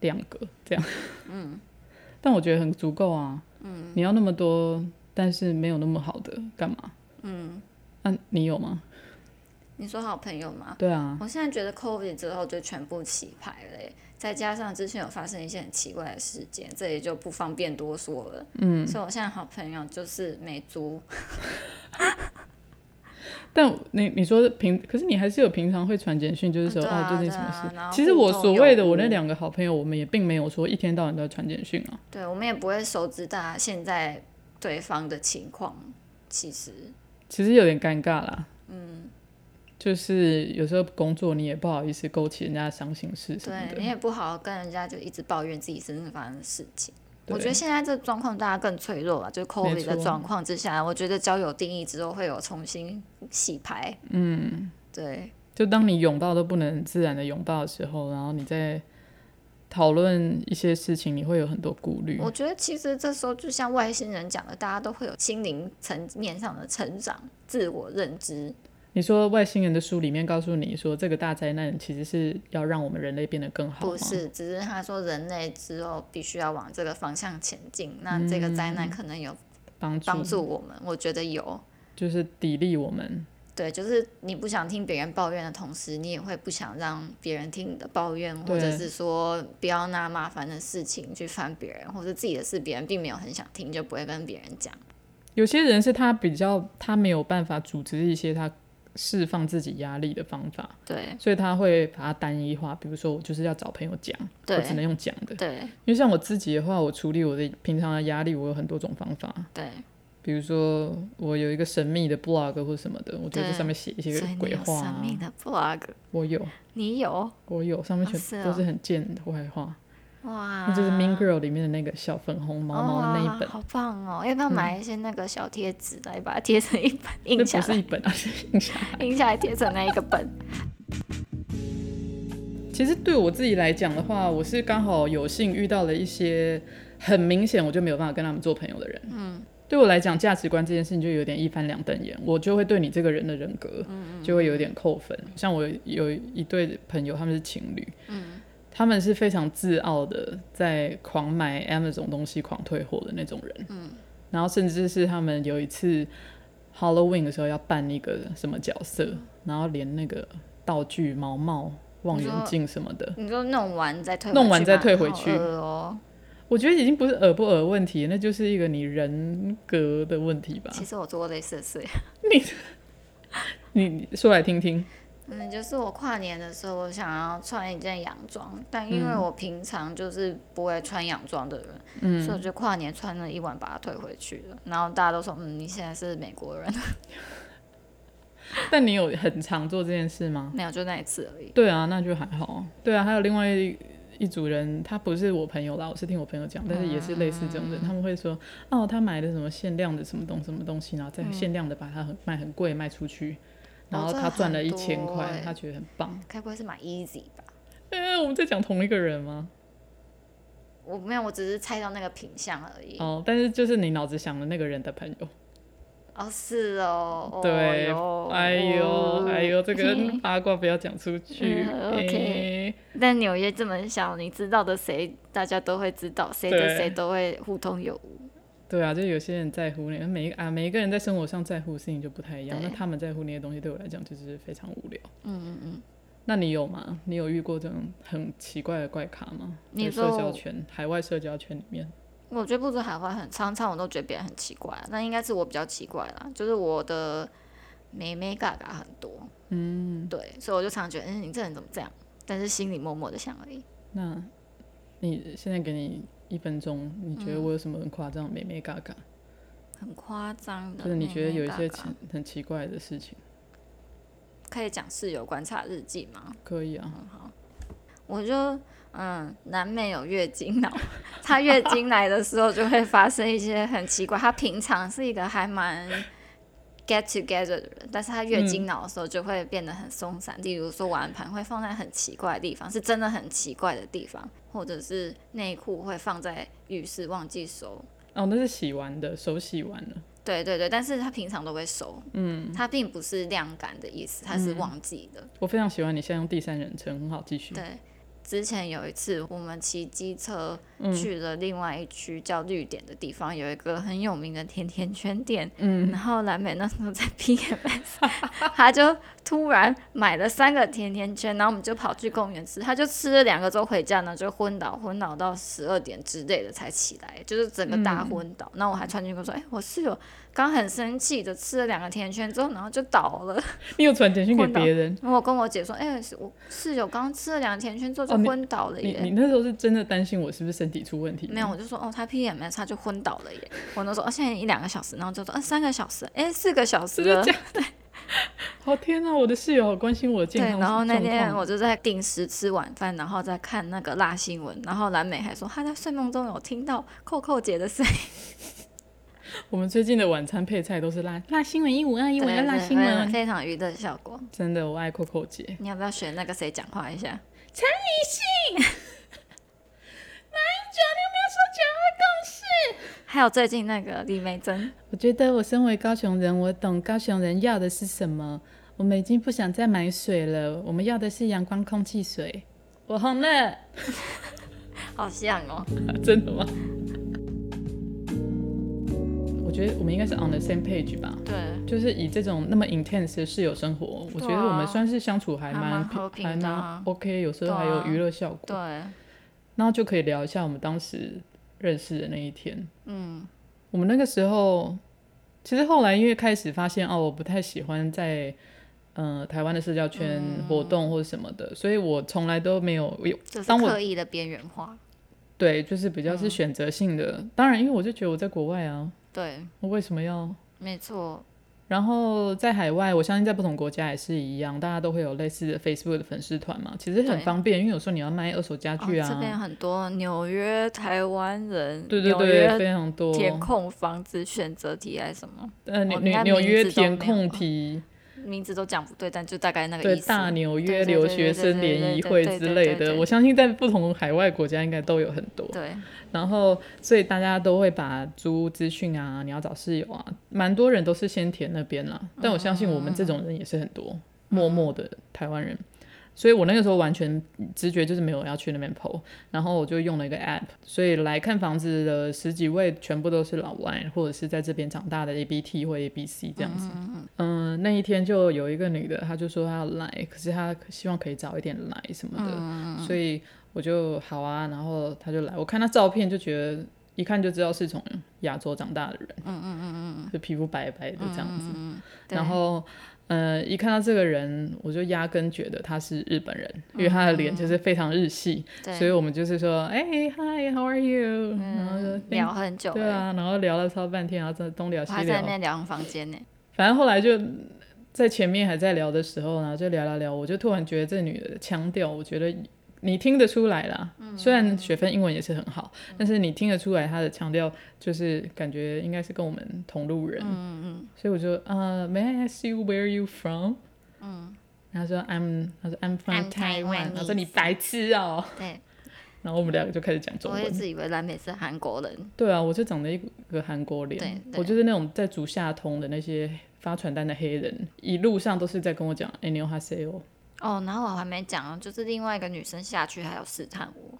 B: 两个这样，嗯， *laughs* 但我觉得很足够啊，嗯，你要那么多，但是没有那么好的干嘛？嗯，那、你有吗？
A: 你说好朋友吗？
B: 对啊，
A: 我现在觉得 COVID 之后就全部起牌了耶，再加上之前有发生一些很奇怪的事件，这里就不方便多说了。嗯，所以我现在好朋友就是美珠，
B: 但你你说平，可是你还是有平常会传简讯，就是说
A: 嗯对啊
B: 哦最近什么
A: 对啊
B: 事？
A: 然后
B: 其实我
A: 互动
B: 所谓的
A: 有无嗯
B: 我那两个好朋友，我们也并没有说一天到晚都在传简讯啊。
A: 对我们也不会熟知大家现在对方的情况，其实
B: 其实有点尴尬啦。嗯，就是有时候工作你也不好意思勾起人家的伤心事什么
A: 对
B: 的。
A: 你也不好好跟人家就一直抱怨自己身上发生的事情。
B: 对
A: 我觉得现在这状况大家更脆弱了，就是
B: 没
A: COVID
B: 错
A: 的状况之下，我觉得交友定义之后会有重新洗牌。嗯，对。
B: 就当你拥抱都不能自然的拥抱的时候，然后你在讨论一些事情，你会有很多顾虑。
A: 我觉得其实这时候就像外星人讲的，大家都会有心灵层面上的成长、自我认知。
B: 你说外星人的书里面告诉你说，这个大灾难其实是要让我们人类变得更好啊吗
A: 不是，只是他说人类之后必须要往这个方向前进，那
B: 嗯
A: 这个灾难可能有
B: 帮助，
A: 帮助我们，我觉得有。
B: 就是砥砺我们。
A: 对，就是你不想听别人抱怨的同时，你也会不想让别人听你的抱怨，或者
B: 对
A: 是说不要拿麻烦的事情去烦别人，或者自己的事别人并没有很想听，就不会跟别人讲。
B: 有些人是他比较，他没有办法组织一些他释放自己压力的方法。
A: 对
B: 所以他会把它单一化，比如说我就是要找朋友讲，我
A: 对
B: 只能用讲的。
A: 对
B: 因为像我自己的话，我处理我的平常的压力，我有很多种方法，
A: 对，
B: 比如说我有一个神秘的 blog 或什么的，我就
A: 对
B: 在上面写一些
A: 所以你
B: 鬼
A: 有
B: 话、
A: 生
B: 啊。
A: 命的 blog，
B: 我有，
A: 你有
B: 我有，上面
A: 哦是
B: 全
A: 哦
B: 都是很贱的坏话，
A: 哇？
B: 那就是《Mean Girl》里面的那个小粉红毛毛的那一
A: 哇，
B: 本嗯
A: 好棒哦！要不要买一些那个小贴纸来把它贴成一本，印下
B: *laughs* 那不
A: 来，
B: 是一本啊，是印象。
A: 印下来贴成那一个本？
B: 其实对我自己来讲的话，我是刚好有幸遇到了一些很明显我就没有办法跟他们做朋友的人。嗯，对我来讲，价值观这件事情就有点一翻两瞪眼，我就会对你这个人的人格就会有点扣分。像我有一对朋友，他们是情侣，他们是非常自傲的，在狂买 Amazon 东西、狂退货的那种人。然后甚至是他们有一次 Halloween 的时候要扮一个什么角色，然后连那个道具、毛毛、望远镜什么的，
A: 你就弄完再退回去吧，
B: 弄完再退回去
A: 好恶哦。
B: 我觉得已经不是恶不恶问题，那就是一个你人格的问题吧。
A: 其实我做过类似的事，
B: 你你说来听听。
A: 嗯，就是我跨年的时候，我想要穿一件洋装，但因
B: 嗯
A: 为我平常就是不会穿洋装的人，所以我就跨年穿了一晚把它退回去了。然后大家都说，嗯，你现在是美国人， *laughs*
B: 但你有很常做这件事吗？
A: 没有，就那一次而已。
B: 对啊，那就还好。对啊，还有另外一一组人，他不是我朋友啦，我是听我朋友讲，但是也是类似这种
A: 啊
B: 人，他们会说，哦，他买的什么限量的什么东什么东西，然后再限量的把它很卖很贵卖出去，然
A: 嗯
B: 后
A: 哦这
B: 他赚了
A: 很
B: 一
A: 多
B: 千块
A: 欸，
B: 他觉得很棒。 *laughs*
A: 该不会是买 Easy 吧？
B: 哎、我们在讲同一个人吗？
A: 我没有，我只是猜到那个品相而已。
B: 哦，但是就是你脑子想的那个人的朋友。
A: 哦，是哦，哦
B: 对
A: 哟
B: 哎呦，哎，
A: 哦
B: 呦，这个八卦不要讲出
A: *laughs*
B: 去。
A: 嗯，OK
B: 诶
A: *laughs* 但纽约这么小，你知道的谁，大家都会知道，谁
B: 对
A: 的谁都会互通有无。
B: 对啊，就有些人在乎你，每一个啊每一个人在生活上在乎的事情就不太一样。
A: 对
B: 那他们在乎那些东西，对我来讲就是非常无聊。嗯嗯嗯。那你有吗？你有遇过这种很奇怪的怪咖吗？
A: 你
B: 在
A: 说
B: 社交
A: 我
B: 圈、海外社交圈里面，
A: 我觉得不止海外很常常我都觉得别人很奇怪，啊那应该是我比较奇怪啦，就是我的妹妹嘎嘎很多，嗯，对，所以我就常觉得，嗯，你这人怎么这样？但是心里默默的想而已。
B: 那你现在给你一分钟，你觉得
A: 嗯
B: 我有什么很夸张、美美嘎嘎？
A: 很夸张的，
B: 就是你觉得有一些
A: 妹妹嗯嘎嘎
B: 奇很奇怪的事情，
A: 可以讲室友观察日记吗？
B: 可以啊。
A: 我就嗯，南美有月经脑， *laughs* 她月经来的时候就会发生一些很奇怪。她平常是一个还蛮 get together 的人，但是她月经脑的时候就会变得很松散。例如说，碗盘会放在很奇怪的地方，是真的很奇怪的地方，或者是内裤会放在浴室忘记收。
B: 哦，那是洗完的，手洗完了。
A: 对对对，但是她平常都会收，嗯，她并不是晾干的意思，她是忘记的。
B: 我非常喜欢你现在用第三人称，很好，继续。
A: 对，之前有一次我们骑机车去了另外一区叫绿点的地方，有一个很有名的甜甜圈店。嗯，然后蓝美那时候在 *laughs* PMS，她就突然买了三个甜甜圈，然后我们就跑去公园吃，她就吃了两个之后回家呢，就昏倒，昏倒到十二点之类的才起来，就是整个大昏倒。那、我还传讯跟我说，哎、我室友刚很生气的吃了两个甜甜圈之后，然后就倒了。
B: 你有传简讯给
A: 昏倒
B: 别人？
A: 然后我跟我姐说，哎、是我室友刚吃了两个甜圈之后就
B: 哦你
A: 昏倒了
B: 你
A: 耶。
B: 你那时候是真的担心我是不是身体出问题？
A: 没有，，我就说哦，他 PMS 他就昏倒了耶。我那时候、哦、现在一两个小时，然后就说，嗯、三个小时，哎，四个小时
B: 真的
A: 了。
B: 假的？好天啊！我的室友好关心我的
A: 对
B: 健，康
A: 然后那
B: 状
A: 天
B: 况
A: 我就在定时吃晚饭，然后再看那个辣新闻，然后蓝美还说她在睡梦中有听到扣扣姐的声音，
B: 我们最近的晚餐配菜都是辣辣新闻一五二一五
A: 对
B: 要辣
A: 对
B: 新
A: 非
B: 闻，
A: 非常娱乐效果。
B: 真的我爱 Coco 姐。
A: 你要不要学那个谁讲话一下？
B: *laughs*
A: 还有最近那个李梅珍，
B: 我觉得我身为高雄人，我懂高雄人要的是什么。我们已经不想再买水了，我们要的是阳光空气水。我红了，
A: 好像哦。
B: *laughs* 真的吗？我觉得我们应该是 on the same page 吧。
A: 对，
B: 就是以这种那么 intense 的室友生活，我觉得我们算是相处还
A: 啊还
B: 蛮
A: 蛮和平
B: 还
A: 的
B: 蛮
A: 啊
B: OK，有时候还
A: 对
B: 有
A: 啊
B: 娱乐效果，
A: 对，
B: 然后就可以聊一下我们当时认识的那一天。嗯，我们那个时候其实后来因为开始发现哦，我不太喜欢在。呃，台湾的社交圈
A: 嗯
B: 活动或者什么的，所以我从来都没有有
A: 就是
B: 当我
A: 刻意的边缘化。
B: 对，就是比
A: 嗯
B: 较是选择性的。当然，因为我就觉得我在国外啊，
A: 对，
B: 我为什么要
A: 没错，
B: 然后在海外，我相信在不同国家也是一样，大家都会有类似的 Facebook 的粉丝团嘛，其实很
A: 对
B: 方便，因为有时候你要卖二手家具
A: 哦、这边
B: 啊，
A: 很多纽约台湾人，
B: 对对
A: 纽约
B: 对，非常多。
A: 填空房子选择题还是什么？
B: 呃，纽
A: 哦人
B: 纽
A: 家
B: 纽约
A: 名字都
B: 填
A: 没有
B: 空
A: 啊
B: 题，
A: 名字都讲不对，但就大概那个
B: 对
A: 意思。
B: 大纽约
A: 对对对
B: 留学生联谊会之
A: 对
B: 类
A: 对对
B: 的，
A: 对
B: 我相信在不同海外国家应该都有很多。
A: 对，
B: 然后，所以大家都会把租屋资讯啊，你要找室友啊，蛮多人都是先填那边啦。但我相信我们这种人也是很多，默默的台湾人。所以我那个时候完全直觉就是没有要去那边 PO，然后我就用了一个 app，所以来看房子的十几位全部都是老外，或者是在这边长大的 A B T 或 A B C 这样子。嗯，那一天就有一个女的，她就说她要来，可是她希望可以早一点来什么的，所以我就好啊，然后她就来，我看她照片就觉得一看就知道是从亚洲长大的人，嗯嗯嗯嗯，就皮肤白白的这样子，
A: 对
B: 然后。呃，一看到这个人，我就压根觉得他是日本人，因为他的脸就是非常日系，
A: 对
B: 所以我们就是说，哎、h i h o w are you？、然后就
A: 嗯，聊很久
B: 对
A: 了，
B: 啊，哦然后聊了超半天，然后再东聊
A: 我
B: 西
A: 还在
B: 聊
A: 那，边聊房间呢。
B: 反正后来就在前面还在聊的时候，然后就聊聊聊，我就突然觉得这女的腔调，我觉得你听得出来啦。虽然学分英文也是很好，但是你听得出来她的腔调，就是感觉应该是跟我们同路人。嗯嗯。所以我就呃、m a y I ask you where you from？嗯。然后说 I'm，他说 I'm from
A: I'm Taiwanese
B: Taiwan。他说你白痴哦、
A: 对，
B: 然后我们两个就开始讲中
A: 我
B: 文
A: 一。直以为蓝美是韩国人，
B: 对啊，我就长得一个韩国脸，
A: 对对
B: 我就是那种在竹下通的那些发传单的黑人，一路上都是在跟我讲，哎、你用哈塞哦，
A: 哦，然后我还没讲，就是另外一个女生下去还有试探我，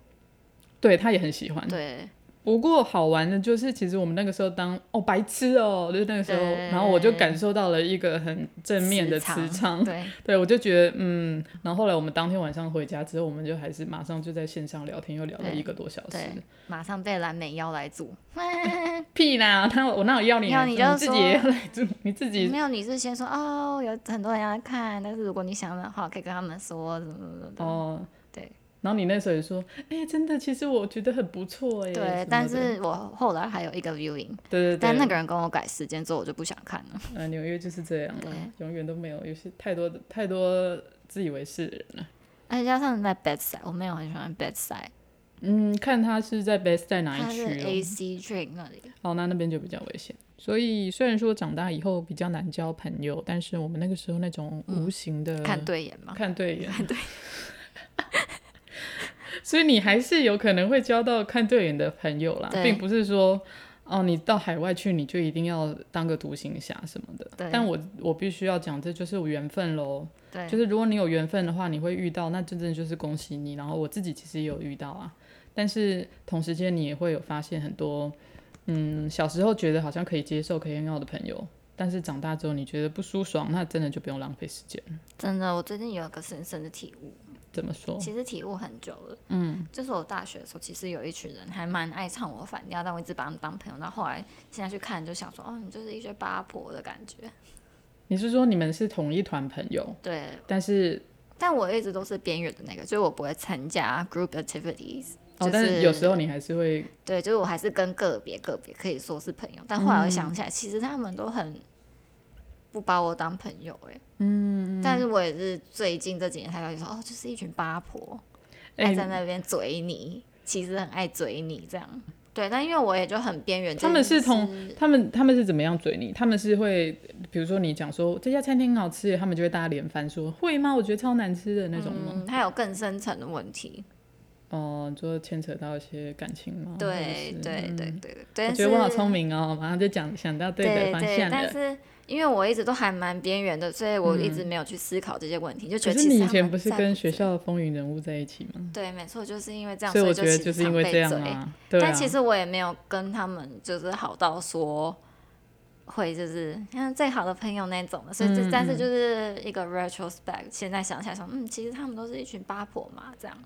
B: 对他也很喜欢。
A: 对，
B: 不过好玩的就是，其实我们那个时候当哦白痴哦，就是那个时候，
A: 对
B: 然后我就感受到了一个很正面的磁场，
A: 对，
B: 对我就觉得嗯，然后后来我们当天晚上回家之后，我们就还是马上就在线上聊天，又聊了
A: 对
B: 一个多小时。
A: 对马上被蓝美邀来组，
B: 屁啦，他我哪有要你
A: 要
B: 来
A: 你
B: 住，
A: 就
B: 你自己也要来住，你自己
A: 没有，你是先说哦，有很多人要看，但是如果你想的话，可以跟他们说怎么怎么怎么的。
B: 哦，
A: 对。
B: 然后你那时候也说，哎、真的，其实我觉得很不错哎。什么
A: 对
B: 的，
A: 但是我后来还有一个 viewing，
B: 对对对，
A: 但那个人跟我改时间之后，我就不想看了。
B: 呃，纽约就是这样
A: 对
B: 了，永远都没有，有些太多太多自以为是的人了。
A: 而且加上在 bedside，我没有很喜欢 bedside，
B: 嗯，看他是在 best 在哪
A: 它
B: 一
A: 是
B: 区
A: AC train 那里。
B: 哦，哦，那那边就比较危险。所以虽然说长大以后比较难交朋友，但是我们那个时候那种
A: 嗯
B: 无形的、
A: 看对眼嘛，
B: 啊看对眼，对。所以你还是有可能会交到看对眼的朋友啦，
A: 对
B: 并不是说哦，你到海外去你就一定要当个独行侠什么的
A: 对。
B: 但我我必须要讲，这就是缘分喽。
A: 对，
B: 就是如果你有缘分的话，你会遇到，那真正就是恭喜你。然后我自己其实也有遇到啊，但是同时间你也会有发现很多，嗯，小时候觉得好像可以接受、可以很好的朋友，但是长大之后你觉得不舒爽，那真的就不用浪费时间。
A: 真的，我最近有一个深深的体悟，
B: 怎么说？
A: 其实体悟很久了。嗯，就是我大学的时候，其实有一群人还蛮爱唱我反调，但我一直把他们当朋友。然后后来现在去看，就想说，哦，你就是一些八婆的感觉。
B: 你是说你们是同一团朋友，
A: 对，
B: 但是
A: 但我一直都是边缘的那个，所以我不会参加 group activities。
B: 哦，但是有时候你还是会
A: 对，就是我还是跟个别个别可以说是朋友，但
B: 嗯
A: 后来我想起来，其实他们都很不把我当朋友哎、嗯，但是我也是最近这几年才发现说，哦，就是一群八婆，爱
B: 哎、
A: 在那边嘴你，其实很爱嘴你这样。对，但因为我也就很边缘这
B: 他
A: 件
B: 们
A: 事，
B: 是同他们他们是怎么样嘴你？他们是会比如说你讲说这家餐厅很好吃耶，他们就会大家连番说会吗？我觉得超难吃的那种吗？
A: 嗯，还有更深层的问题。
B: 哦、你说牵扯到一些感情吗？
A: 对
B: 或者
A: 对
B: 哦
A: 对
B: 是嗯
A: 对对，但
B: 我觉得我好
A: 是
B: 聪明哦，马上就讲想到对的
A: 对
B: 方
A: 对，
B: 向
A: 但
B: 了。
A: 是因为我一直都还蛮边缘的，所以我一直没有去思考这些问题，就觉
B: 嗯可
A: 得
B: 是
A: 其实
B: 你以
A: 他
B: 前
A: 们
B: 不是
A: 在
B: 跟
A: 乎
B: 学
A: 这
B: 校的风云人物在一起吗？
A: 对，没错，就是因为这样，
B: 所以我
A: 就
B: 觉得
A: 其
B: 就
A: 实
B: 是因
A: 常
B: 为
A: 被
B: 这样
A: 嘴
B: 啊，对啊。
A: 但其实我也没有跟他们就是好到说会就是像最好的朋友那种的，所以
B: 嗯
A: 这、但是就是一个 retrospect，现在想起来说，嗯，其实他们都是一群八婆嘛，这样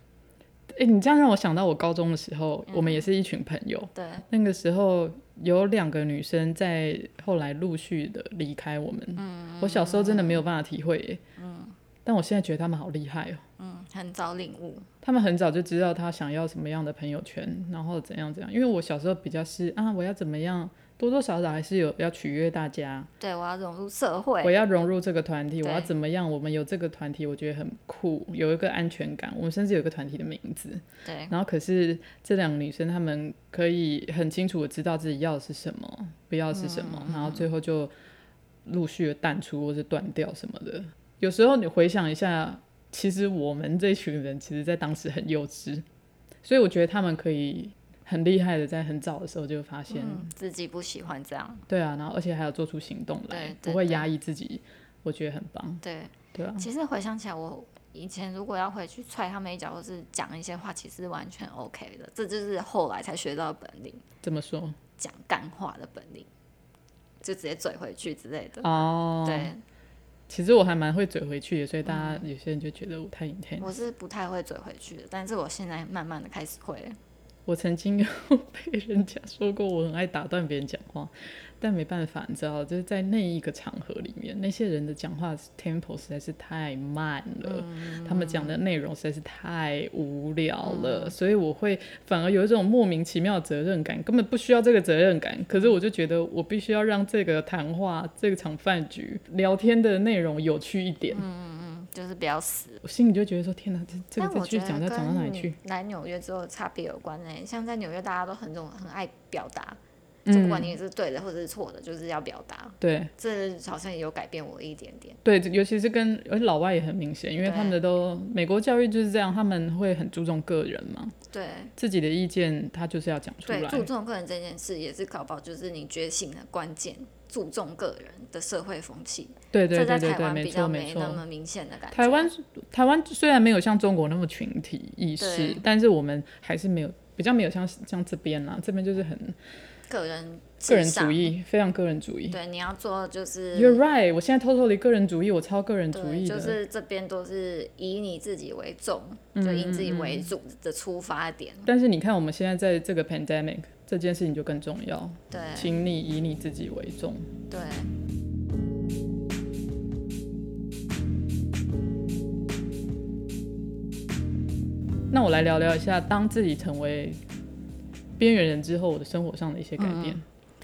B: 哎、你这样让我想到我高中的时候，
A: 嗯
B: 我们也是一群朋友，
A: 对，
B: 那个时候有两个女生在后来陆续的离开我们。嗯，我小时候真的没有办法体会耶。嗯，但我现在觉得她们好厉害哦。
A: 嗯，很早领悟，
B: 她们很早就知道她想要什么样的朋友圈，然后怎样怎样。因为我小时候比较是啊，我要怎么样，多多少少还是有要取悦大家，
A: 对我要融入社会
B: 我，要融入这个团体，
A: 对
B: 我要怎么样？我们有这个团体，我觉得很酷，有一个安全感。我们甚至有一个团体的名字。
A: 对
B: 然后可是这两个女生，她们
A: 嗯
B: 可以很清楚的知道自己要的是什么，不要的是什么，然后最后就陆续的淡出或是断掉什么的。有时候你回想一下，其实我们这群人其实在当时很幼稚，所以我觉得他们可以很厉害的在很早的时候就发现，
A: 嗯，自己不喜欢这样，
B: 对啊，然后而且还有做出行动来
A: 对，
B: 不
A: 对
B: 会
A: 对
B: 压抑自己，我觉得很棒，
A: 对。
B: 对啊，
A: 其实回想起来，我以前如果要回去踹他们一脚，或是讲一些话，其实完全 OK 的。这就是后来才学到的本领，
B: 这么说
A: 讲干话的本领，就直接怼回去之类的。
B: 哦，，
A: 对，
B: 其实我还蛮会嘴回去的，所以大家
A: 嗯
B: 有些人就觉得我太 intense。
A: 我是不太会怼回去的，但是我现在慢慢的开始会了。
B: 我曾经有 *laughs* 被人家说过我很爱打断别人讲话，但没办法，你知道，就是在那一个场合里面，那些人的讲话 tempo 实在是太慢了，
A: 嗯
B: 他们讲的内容实在是太无聊了，
A: 嗯
B: 所以我会反而有一种莫名其妙的责任感，根本不需要这个责任感，可是我就觉得我必须要让这个谈话、这个场饭局聊天的内容有趣一点，
A: 嗯，就是比较死
B: 我心里就觉得说，天哪，这这
A: 但
B: 个再
A: 我
B: 去
A: 觉得
B: 讲，要讲到哪里去？
A: 跟来纽约之后差别有关呢、欸像在纽约，大家都很重很爱表达，
B: 嗯
A: 就不管你是对的或者是错的，就是要表达。
B: 对。
A: 这好像也有改变我一点点。
B: 对，尤其是跟而且老外也很明显，因为
A: 对
B: 他们的都美国教育就是这样，他们会很注重个人嘛，
A: 对
B: 自己的意见他就是要讲出
A: 对，注
B: 来。
A: 重个人这件事也是搞不好就是你觉醒的关键，注重个人的社会风气，
B: 对对
A: 这
B: 对对
A: 在台
B: 对，
A: 湾
B: 没
A: 比较
B: 错没
A: 没那
B: 错。
A: 么明显的感觉。
B: 台湾台湾虽然没有像中国那么群体意识
A: 对，
B: 但是我们还是没有比较没有像像这边啦，这边就是很
A: 个人至
B: 个人
A: 上
B: 主，义，非常个人主义。
A: 对，你要做就是
B: You're right，我现在 totally 个人主义，我超个人主
A: 对，
B: 义的。
A: 就是这边都是以你自己为重，
B: 嗯
A: 就以自己为主的出发点。
B: 但是你看我们现在在这个 pandemic 这件事情就更重要，
A: 对
B: 请你以你自己为重。
A: 对，
B: 那我来聊聊一下，当自己成为边缘人之后，我的生活上的一些改变。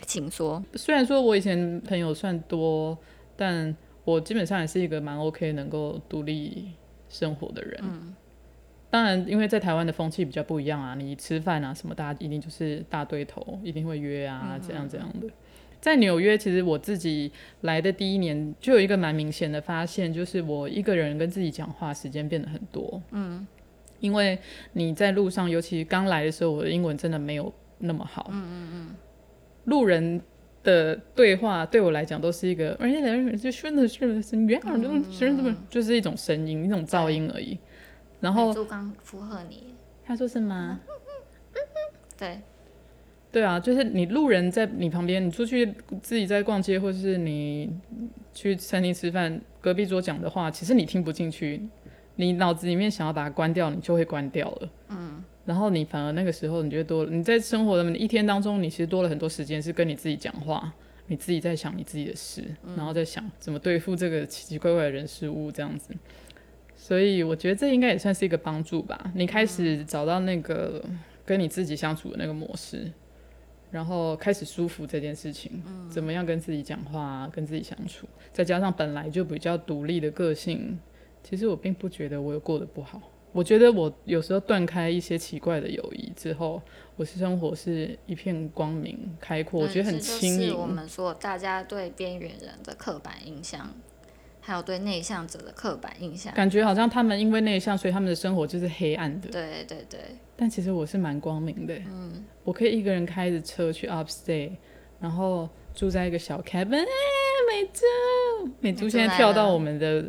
A: 请说。
B: 虽然说我以前朋友算多，但我基本上也是一个蛮 OK 能够独立生活的人。当然，因为在台湾的风气比较不一样啊，你吃饭啊什么，大家一定就是大对头，一定会约啊，这样这样的。在纽约，其实我自己来的第一年就有一个蛮明显的发现，就是我一个人跟自己讲话时间变得很多。嗯，因为你在路上，尤其刚来的时候，我的英文真的没有那么好。嗯嗯嗯。路人的对话对我来讲都是一个，而哎且两个人就顺着顺着顺着，顺着就是一种声音，一种噪音而已。然后
A: 美珠哎刚附和你，
B: 他说什么？
A: 对
B: 对啊，就是你路人在你旁边，你出去自己在逛街，或是你去餐厅吃饭，隔壁桌讲的话，其实你听不进去，你脑子里面想要把它关掉，你就会关掉了。嗯。然后你反而那个时候，你就会多了你在生活的一天当中，你其实多了很多时间是跟你自己讲话，你自己在想你自己的事，
A: 嗯
B: 然后在想怎么对付这个奇奇怪怪的人事物这样子。所以我觉得这应该也算是一个帮助吧。你开始找到那个跟你自己相处的那个模式，然后开始舒服这件事情，
A: 嗯
B: 怎么样跟自己讲话、啊跟自己相处，再加上本来就比较独立的个性，其实我并不觉得我有过得不好。我觉得我有时候断开一些奇怪的友谊之后，我是生活是一片光明开阔，我觉得很
A: 对这
B: 轻
A: 就是
B: 盈。
A: 我们说大家对边缘人的刻板印象，还有对内向者的刻板印象。
B: 感觉好像他们因为内向，所以他们的生活就是黑暗的。
A: 对对对，
B: 但其实我是蛮光明的，嗯，我可以一个人开着车去 upstate，然后住在一个小 cabin，哎美珠，美珠
A: 美珠
B: 现在
A: 来
B: 跳
A: 了
B: 到我们的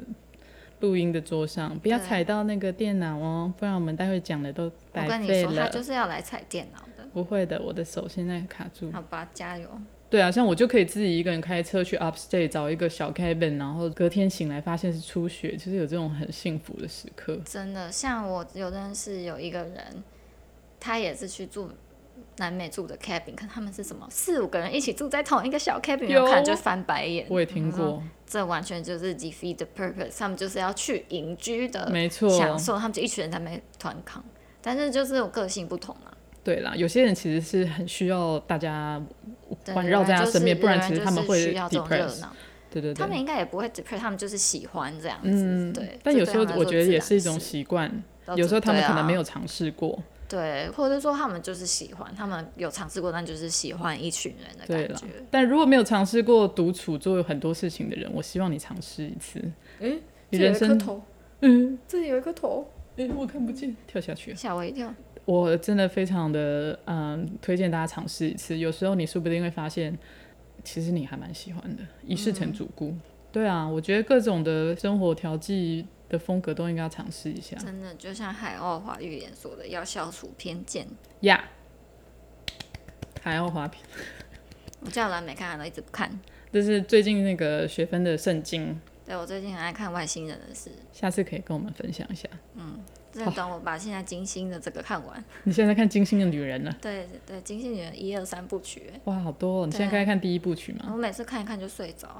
B: 录音的桌上，不要
A: 对
B: 踩到那个电脑哦，不然我们待会讲的都
A: 我
B: 白
A: 跟你
B: 费
A: 说，
B: 了
A: 他。就是要来踩电脑的。
B: 不会的，我的手现在卡住。
A: 好吧，加油！
B: 对啊，像我就可以自己一个人开车去 upstate 找一个小 cabin，然后隔天醒来发现是初雪，就是有这种很幸福的时刻。
A: 真的，像我有认识有一个人，他也是去住南美住的 cabin，看他们是什么四五个人一起住在同一个小 cabin，
B: 有
A: 我看就翻白眼。
B: 我也听过，
A: 这完全就是 defeat the purpose，他们就是要去隐居的
B: 没错，
A: 享受，他们就一群人在那边团康。但是就是我个性不同啊，
B: 对啦，有些人其实是很需要大家
A: 对
B: 环绕在他身边，
A: 就是
B: 不然其实他们
A: 有人就是
B: 会
A: 需要这种热
B: depress。
A: 闹，
B: 对对
A: 他
B: 对
A: 们，应该也不会 depress，他们就是喜欢这样子，
B: 嗯
A: 对。
B: 但有时候
A: 这对他们来说
B: 我觉得也是一
A: 自
B: 种
A: 然
B: 习惯，
A: 的事
B: 有时候他们
A: 对啊
B: 可能没有尝试过，
A: 对，或者说他们就是喜欢，他们有尝试过，但就是喜欢一群人的
B: 对
A: 感
B: 了
A: 觉。，
B: 但如果没有尝试过独处做很多事情的人，我希望你尝试一次。
A: 诶
B: 你
A: 这
B: 人
A: 里有一颗
B: 生，
A: 头，
B: 嗯，
A: 这里有一颗头，
B: 哎、我看不见，跳下去了。
A: 吓我一跳。
B: 我真的非常的嗯，推荐大家尝试一次。有时候你说不定会发现，其实你还蛮喜欢的，一试成主
A: 嗯
B: 顾。对啊，我觉得各种的生活调剂的风格都应该尝试一下。
A: 真的，就像海奥华预言说的，要消除偏见。
B: 呀、还要滑屏，
A: 我叫蓝莓看看都一直不看。
B: 这是最近那个学分的圣经，
A: 对我最近很爱看外星人的事，
B: 下次可以跟我们分享一下。哦
A: 真的等我把现在金星的这个看完。
B: 你现在在看《金星的女人》呢？
A: 对对，金星女人一二三部曲，欸
B: 哇，好多、哦！你现在
A: 对啊
B: 该看第一部曲吗？
A: 我每次看一看就睡着。
B: 《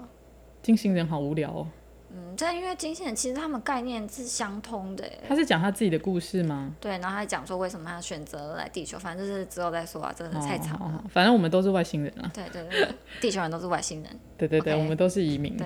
B: 金星人》好无聊哦。
A: 嗯，但因为金星人其实他们概念是相通的欸。
B: 他是讲他自己的故事吗？
A: 对，然后还讲说为什么他选择来地球，反正就是之后再说啊，真的太长
B: 哦好
A: 了。
B: 好反正我们都是外星人
A: *laughs*
B: 啊。
A: 对对对，地球人都是外星人。
B: 对对对
A: OK
B: 我们都是移民。
A: 对，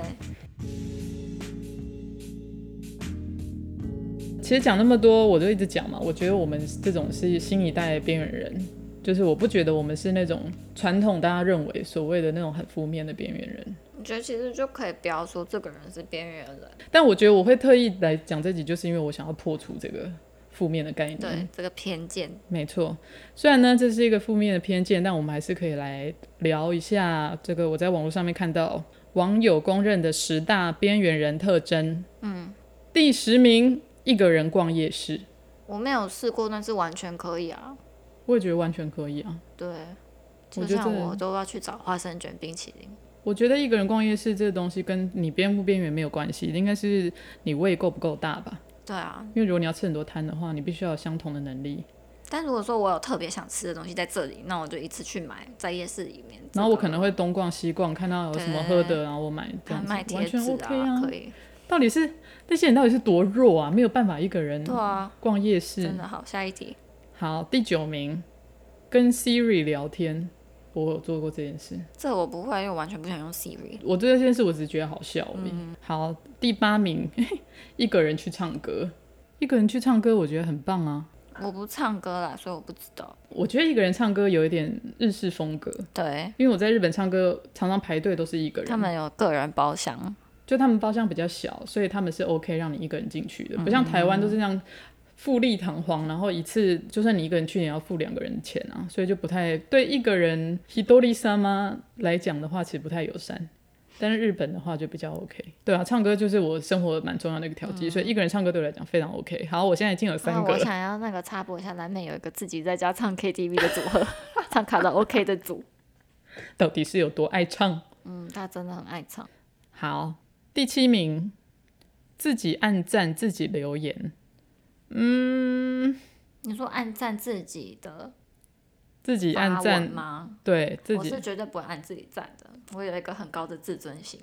B: 其实讲那么多，我就一直讲嘛，我觉得我们这种是新一代的边缘人，就是我不觉得我们是那种传统大家认为所谓的那种很负面的边缘人。
A: 我觉得其实就可以不要说这个人是边缘人，
B: 但我觉得我会特意来讲这集，就是因为我想要破除这个负面的概念。
A: 对、，这个偏见。
B: 没错。虽然呢这是一个负面的偏见，但我们还是可以来聊一下这个我在网络上面看到网友公认的十大边缘人特征。嗯，第十名，一个人逛夜市，
A: 我没有试过，但是完全可以啊。
B: 我也觉得完全可以啊。
A: 对，
B: 我
A: 就
B: 觉得
A: 像
B: 这
A: 我都要去找花生卷冰淇淋。
B: 我觉得一个人逛夜市这东西跟你边不边缘没有关系，应该是你胃够不够大吧。
A: 对啊，
B: 因为如果你要吃很多摊的话，你必须要有相同的能力。
A: 但如果说我有特别想吃的东西在这里，那我就一次去买，在夜市里面。
B: 然后我
A: 这
B: 可
A: 个
B: 能会东逛西逛，看到有什么喝的，然后我买这
A: 还
B: 样子，
A: 卖贴
B: 完
A: 纸
B: 全 OK 啊。
A: 可以。
B: 到底是那些人到底是多弱啊？没有办法一个人
A: 对啊，
B: 逛夜市
A: 真。的好，下一题。
B: 好，第九名，跟 Siri 聊天，我有做过这件事。
A: 这我不会，因为我完全不想用 Siri。
B: 我对这件事我只是觉得好笑而已。好，第八名， *laughs* 一个人去唱歌，一个人去唱歌，我觉得很棒啊。
A: 我不唱歌啦，所以我不知道。
B: 我觉得一个人唱歌有一点日式风格，
A: 对
B: 因为我在日本唱歌常常排队都是一个人，
A: 他们有个人包厢，
B: 就他们包厢比较小，所以他们是 OK 让你一个人进去
A: 嗯
B: 的，不像台湾都是这样富丽堂皇，然后一次就算你一个人去，也要付两个人钱啊，所以就不太对一个人 hidori sama 来讲的话，其实不太友善。但是日本的话就比较 OK，对啊，唱歌就是我生活蛮重要的一个调剂，所以一个人唱歌对我来讲非常 OK。好，我现在已经有
A: 那
B: 三个
A: 嗯我
B: 了，
A: 想要那个插播一下，南美有一个自己在家唱 KTV 的组合， *laughs* 唱卡拉 OK 的组。
B: 到底是有多爱唱？
A: 嗯，他真的很爱唱。
B: 好，第七名，自己按赞，自己留言，
A: 你说暗赞自己的
B: 自己
A: 发
B: 按
A: 文
B: 赞，
A: 吗？
B: 对自
A: 我
B: 己
A: 是绝对不会按自己赞的，我有一个很高的自尊心。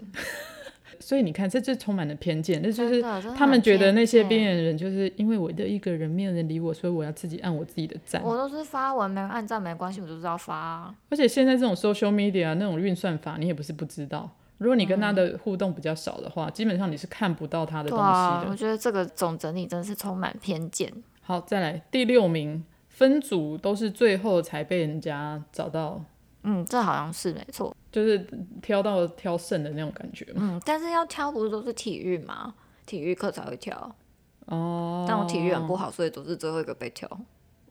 B: 所以你看，这就充满了偏见，那就
A: 真
B: 是
A: 的真的
B: 他们
A: 很
B: 觉得
A: 偏
B: 那些
A: 见
B: 边缘人，就是因为我的一个人没有人理我，所以我要自己按我自己的赞。
A: 我都是发文，没人按赞没关系，我就是要发、啊。
B: 而且现在这种 social media 那种运算法，你也不是不知道。如果你跟他
A: 嗯
B: 的互动比较少的话，基本上你是看不到他的
A: 对
B: 东
A: 啊
B: 西，的。
A: 我觉得这个总整理真是充满偏见。
B: 好，再来第六名，分组都是最后才被人家找到，
A: 嗯，这好像是没错。
B: 就是挑到挑剩的那种感觉嘛。
A: 嗯，但是要挑不是都是体育吗？体育课才会挑，
B: 哦，
A: 但我体育很不好，所以都是最后一个被挑。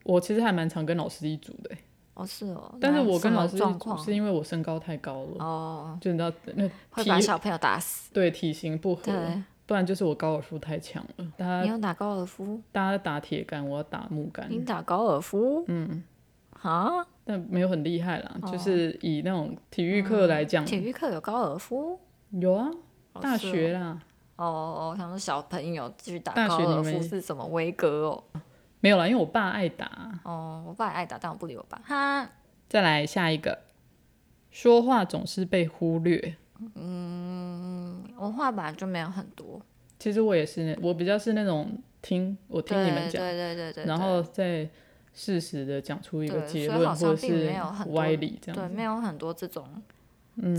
B: 我其实还蛮常跟老师一组的欸，
A: 哦，是哦。
B: 但是
A: 那
B: 我
A: 什
B: 跟
A: 么
B: 老师一
A: 状
B: 组
A: 况
B: 是因为我身高太高了，
A: 哦，
B: 就你知道那
A: 会
B: 体
A: 把小朋友打死。
B: 对呃体型不合，
A: 对，
B: 不然就是我高尔夫太强了。大家
A: 你要打高尔夫，
B: 大家打铁杆，我要打木杆，
A: 你打高尔夫？嗯。啊，
B: 但没有很厉害啦。就是以那种体育课来讲，
A: 哦嗯体育课有高尔夫？
B: 有啊，
A: 哦
B: 大
A: 是哦
B: 学啦，
A: 哦哦，我想说小朋友去打
B: 大
A: 高
B: 学你
A: 尔
B: 们
A: 夫是什么威格哦？
B: 没有啦，因为我爸爱打。
A: 哦，我爸也爱打，但我不理我爸。哈，
B: 再来下一个，说话总是被忽略。
A: 我话本来就没有很多。
B: 其实我也是那，我比较是那种听我听
A: 对
B: 你们讲，
A: 对对对对。
B: 然后再适时的讲出一个
A: 对
B: 结
A: 所以
B: 论
A: 好像
B: 或者
A: 并
B: 是
A: 没有很多
B: 歪理这
A: 对，
B: 样子。嗯
A: 没有很多这种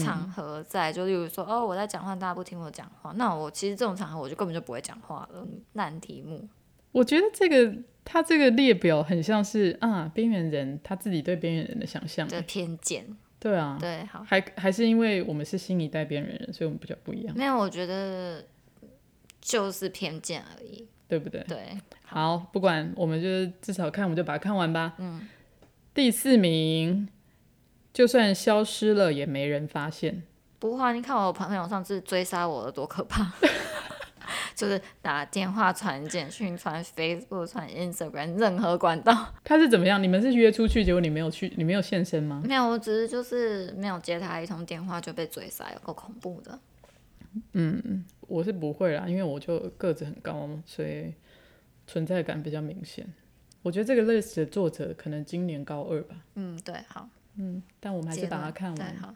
A: 场合在，就例如说，哦，我在讲话，大家不听我讲话，那我其实这种场合我就根本就不会讲话了，烂题目。
B: 我觉得这个他这个列表很像是啊边缘人他自己对边缘人的想象，
A: 的偏见。
B: 对
A: *laughs*
B: 啊，
A: 对，好，
B: 还还是因为我们是新一代边缘人，所以我们比较不一样，
A: 没有，我觉得就是偏见而已。
B: 对不对？
A: 对，
B: 好，不管我们就是至少看，我们就把它看完吧。嗯，第四名，就算消失了也没人发现。
A: 不会啊，你看我朋友上次追杀我的多可
B: *laughs*
A: 怕，就是打电话、传简讯、传 Facebook、传 Instagram 任何管道，
B: 他是怎么样？你们是约出去，结果你没有去，你没有现身
A: *laughs*
B: 吗？
A: 没有，我只是就是没有接他一通电话就被追杀，有够恐怖的。
B: 我是不会啦，因为我就个子很高，所以存在感比较明显。我觉得这个 list 的作者可能今年高二吧，
A: 嗯，对，好，
B: 嗯，但我们还是
A: 结
B: 把它
A: 论
B: 看
A: 对
B: 完。
A: 好，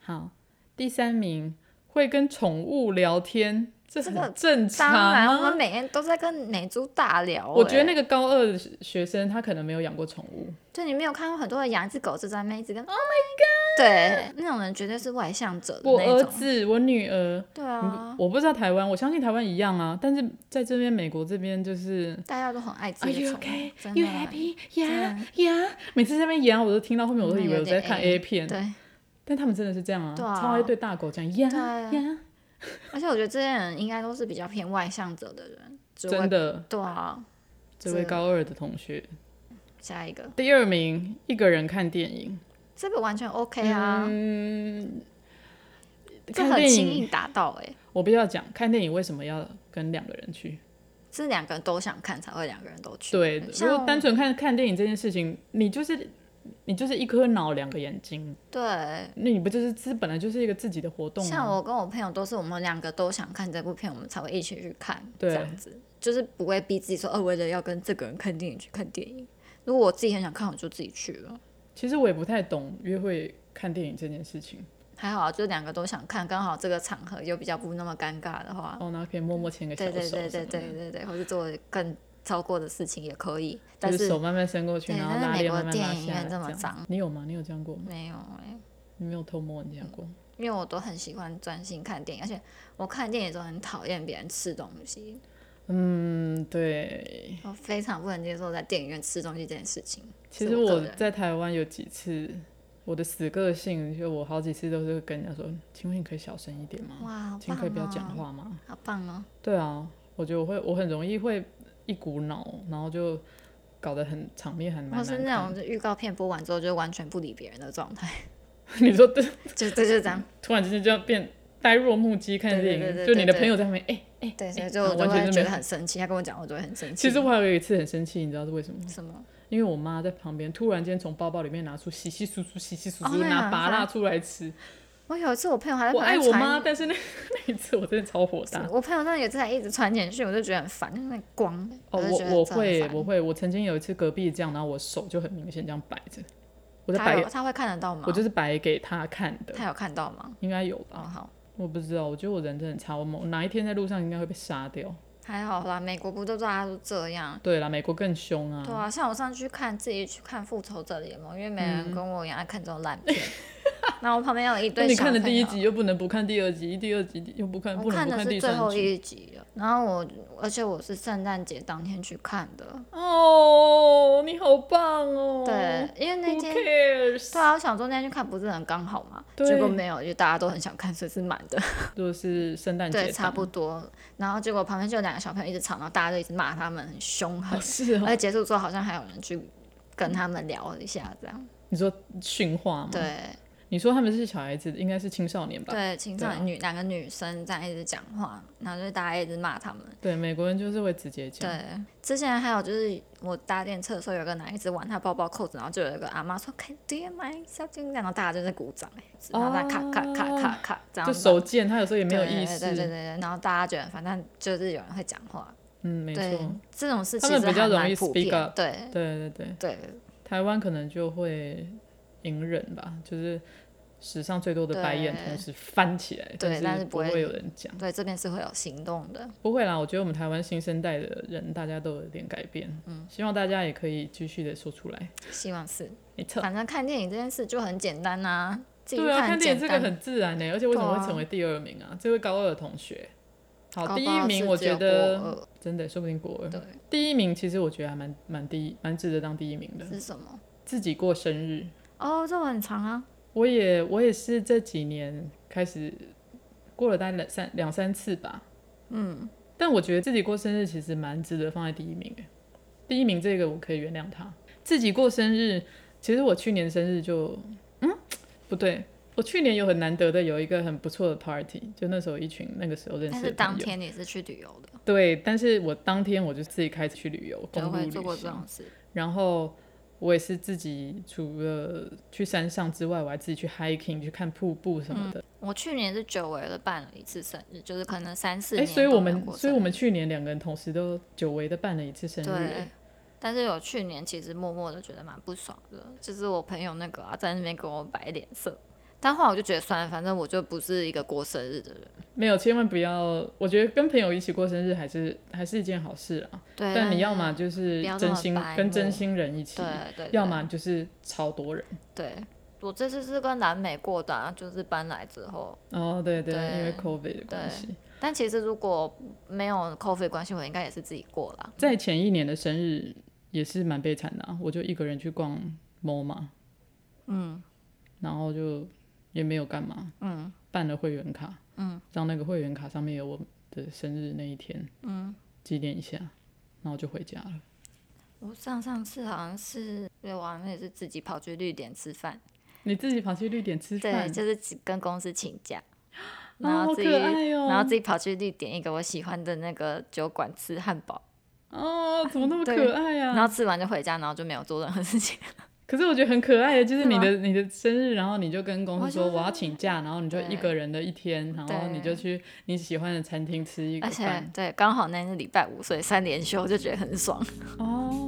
B: 好，第三名会跟宠物聊天，这
A: 这个
B: 很正常、
A: 当
B: 啊。
A: 然，我们每天都在跟美猪大聊、
B: 我觉
A: 欸
B: 得那个高二的学生他可能没有养过宠物，
A: 就你没有看过很多人养一只狗就在那边一直跟 Oh my God，对，那种人绝对是外向者的
B: 我
A: 呃那
B: 儿
A: 种。
B: 子、我女儿，
A: 对啊，
B: 我不知道台湾，我相信台湾一样啊，但是在这边美国这边就是。
A: 大家都很爱自
B: Are
A: 己的
B: you
A: 宠物
B: okay?
A: 真
B: You
A: 的
B: happy?
A: 真
B: Yeah, yeah。每次在那边演，我都听到后面，我都以为我在看
A: 嗯有点
B: A 片，
A: 对。
B: 但他们真的是这样啊，
A: 对啊
B: 超爱对大狗讲
A: 对
B: yeah
A: 啊
B: yeah，
A: 而且我觉得这些人应该都是比较偏外向者的人，只会
B: 真的，
A: 对啊。
B: 这位高二的同学，
A: 下一个，
B: 第二名，一个人看电影，
A: 这个完全 OK 啊，这
B: 嗯看
A: 很
B: 电
A: 轻
B: 影，
A: 易达到哎、
B: 我必须要讲，看电影为什么要跟两个人去？
A: 是两个人都想看才会两个人都去。
B: 对，如
A: 像
B: 果单纯看看电影这件事情，你就是你就是一颗脑两个眼睛，
A: 对，
B: 那你不就是这本来就是一个自己的活动
A: 像
B: 吗？
A: 我跟我朋友都是我们两个都想看这部片，我们才会一起去看，
B: 对
A: 这样子就是不会逼自己说哦，为了要跟这个人看电影去看电影。如果我自己很想看，我就自己去了。
B: 其实我也不太懂约会看电影这件事情。
A: 还好啊，就两个都想看，刚好这个场合又比较不那么尴尬的话，
B: 哦，那可以默默牵个小
A: 对
B: 手，
A: 对对对对，对对，或是做更超过的事情也可以，但
B: 就是
A: 是
B: 手慢慢伸过去，
A: 对
B: 然后
A: 但是
B: 拉
A: 美
B: 链
A: 国
B: 慢慢拉
A: 电影
B: 下来。
A: 院这么
B: 样
A: 脏
B: 你有吗？你有这样过吗？
A: 没有哎、
B: 你没有偷摸人家过？
A: 因为我都很喜欢专心看电影，而且我看电影的时候很讨厌别人吃东西，
B: 嗯，对。
A: 我非常不能接受在电影院吃东西这件事情。
B: 其
A: 是
B: 实
A: 我个
B: 我
A: 人
B: 在台湾有几次，我的死个性，就我好几次都是跟人家说：“请问你可以小声一点吗？
A: 哇，好
B: 请
A: 棒
B: 可以不要讲
A: 哦，
B: 话吗？”
A: 好棒哦！
B: 对啊，我觉得我会，我很容易会一股脑，然后就搞得很场面很
A: 哦
B: 蛮
A: 我是
B: 难
A: 那
B: 看
A: 种就预告片播完之后就完全不理别人的状
B: *laughs*
A: 态，
B: 的。你说对，
A: 就这就这样，
B: 突然之间就要变呆若木鸡看
A: 对对
B: 电
A: 对对对
B: 影，就你的
A: 对
B: 朋友在旁边，哎、哎、
A: 对，所
B: 哎
A: 以就
B: 然
A: 我
B: 后
A: 就
B: 完全
A: 会
B: 就
A: 觉
B: 没
A: 得
B: 有。
A: 很生气。他跟我讲，我就会很生气。
B: 其实我还有一次很生气，你知道是为什么吗？
A: 什么？
B: 因为我妈在旁边突然间从包包里面拿出稀稀疏疏、稀稀疏
A: 哦
B: 疏
A: 那
B: 拿
A: 很
B: 拔
A: 烦
B: 蜡出来吃。
A: 我有一次我朋友还在
B: 我
A: 旁边
B: 爱我
A: 传
B: 妈，但是那 *laughs* 那一次我真的超火大。
A: 我朋友那有一次还一直传简讯，我就觉得很烦，就是那个光。
B: 哦，
A: 就觉得
B: 我我
A: 真的很
B: 会
A: 烦
B: 我会，我曾经有一次隔壁这样，然后我手就很明显这样摆着，我在
A: 他
B: 摆
A: 有，他会看得到吗？
B: 我就是摆给她看的。
A: 他有看到吗？
B: 应该有
A: 哦，
B: 吧？
A: 好，
B: 我不知道，我觉得我人真的很差，我某哪一天在路上应该会被杀掉。
A: 还好啦。美国不都大家都这样？
B: 对啦，美国更凶啊！
A: 对啊，像我上次去看自己去看《复仇者联盟》，因为没人跟我一样爱看这种烂
B: *laughs*
A: 片。然后我旁边有一
B: 嗯那
A: 对
B: 你
A: 小
B: 看
A: 朋
B: 了
A: 友，
B: 第一集又不能不看第二集，第二集又不看，
A: 我
B: 呃不能
A: 看
B: 不
A: 的
B: 看
A: 是
B: 第
A: 最
B: 三
A: 后
B: 集。
A: 一集了。然后我，而且我是圣诞节当天去看的。
B: 哦，你好棒哦！
A: 对，因为那
B: Who
A: 天。
B: cares？
A: 对啊，我想说那天去看不是很刚好嘛，
B: 对
A: 结果没有，就大家都很想看，所以是满的。
B: 就是圣诞节档，
A: 对，差不多。然后结果旁边就有两个小朋友一直吵，然后大家就一直骂他们，很凶狠
B: 哦。 *laughs* 是
A: 而
B: 哦。
A: 且结束之后，好像还有人去跟他们聊一下，这样。
B: 你说训话吗？，
A: 对
B: 你说他们是小孩子，应该是青少年吧？
A: 对，青少
B: 对啊
A: 年女两个女生在一直讲话，然后就是大家一直骂他们。
B: 对，美国人就是会直接讲。
A: 对，之前还有就是我搭电车的时候，有个男一直玩他包包扣子，然后就有一个阿妈说看 Do you mind 小金这样，然后大家就在鼓掌，欸然后在咔咔咔咔咔这样
B: 哦就
A: 子，
B: 手贱，他有时候也没有
A: 对
B: 意
A: 对对对
B: 识。
A: 对，然后大家觉得反正就是有人会讲话，
B: 嗯，没
A: 对
B: 错。，
A: 这种事
B: 他
A: 其
B: 们
A: 实
B: 比较
A: 还
B: 容
A: 蛮
B: 易
A: 普
B: speak 啊
A: 遍
B: up
A: 对
B: 对对对。
A: 对
B: 台湾可能就会隐忍吧，就是史上最多的白眼
A: 对
B: 同时翻起来，
A: 对但
B: 是
A: 是
B: 不
A: 不
B: 会
A: 会
B: 有人讲，
A: 对，这边是会有行动的。
B: 不会啦。我觉得我们台湾新生代的人，大家都有点改变，嗯，希望大家也可以继续的说出来。
A: 希望是，
B: 没错，
A: 反正看电影这件事就很简单呐、自己去
B: 对啊，看
A: 很
B: 电
A: 简
B: 影这
A: 单。
B: 欸个很自然呢、而且为什么
A: 对
B: 会
A: 啊
B: 成为第二名啊？这位高二的同学，好，
A: 搞
B: 第
A: 不
B: 一
A: 好
B: 名
A: 是
B: 我
A: 只
B: 觉
A: 有国
B: 得
A: 二
B: 真的，说不定国二
A: 对。
B: 第一名其实我觉得还蛮蛮第一，蛮值得当第一名的。
A: 是什么？
B: 自己过生日，
A: 哦，这我很长啊，
B: 我也我也是这几年开始过了大概两三两三次吧。嗯，但我觉得自己过生日其实蛮值得放在第一名诶。第一名这个我可以原谅他。自己过生日，其实我去年生日就嗯不对，我去年有很难得的有一个很不错的 party，就那时候一群那个时候认识的
A: 但
B: 朋
A: 是
B: 友
A: 当天你是去旅游的，
B: 对，但是我当天我就自己开始去旅游，
A: 就
B: 公路
A: 会
B: 旅
A: 做过这
B: 行。
A: 种事。
B: 然后我也是自己除了去山上之外，我还自己去 hiking 去看瀑布什
A: 嗯
B: 么的。
A: 我去年是久违的办了一次生日，就是可能三四
B: 哎、
A: 年
B: 所以
A: 都
B: 我
A: 没有
B: 们
A: 过
B: 所以
A: 生
B: 我
A: 日
B: 们去年两个人同时都久违的办了一次生日
A: 对
B: 欸。，
A: 但是有去年其实默默的觉得蛮不爽的，就是我朋友那个啊在那边给我摆脸色，但后来我就觉得算了，反正我就不是一个过生日的人。
B: 没有，千万不要。我觉得跟朋友一起过生日还是还是一件好事啊。
A: 对，
B: 但你要
A: 是
B: 嘛就是
A: 不要这
B: 真
A: 么
B: 心
A: 白
B: 跟
A: 目
B: 真心人一起
A: 对，对，
B: 要
A: 对
B: 么就是超多人。
A: 对。我这次是跟南美过的、啊，就是搬来之后。
B: 哦，对对，
A: 对
B: 因为 COVID 的关系。
A: 但其实如果没有 COVID 关系，我应该也是自己过啦。
B: 在前一年的生日也是蛮悲惨的、啊，我就一个人去逛 MOMA，嗯，然后就也没有干嘛，嗯，办了会员卡，嗯，让那个会员卡上面有我的生日那一天，嗯，纪念一下，然后就回家了。
A: 我上上次好像是对，我好像也是自己跑去绿点吃饭，
B: 你自己跑去绿点吃
A: 对，
B: 饭，
A: 就是只跟公司请假，
B: 啊，
A: 然
B: 好
A: 后自己
B: 可爱哦、
A: 然后自己跑去绿点一个我喜欢的那个酒馆吃汉堡，
B: 哦，怎么那么可爱
A: 然
B: 啊？
A: 后吃完就回家，然后就没有做任何事情。
B: 可是我觉得很可爱的，就是
A: 是
B: 你
A: 吗
B: 的你的生日，然后你就跟公
A: 我
B: 司
A: 觉
B: 说
A: 得
B: 我要请假，然后你就
A: 对
B: 一个人的一天，然后你就
A: 对
B: 去你喜欢的餐厅吃一个
A: 而
B: 饭
A: 且，对，刚好那是礼拜五，所以三连休就觉得很爽。
B: 哦，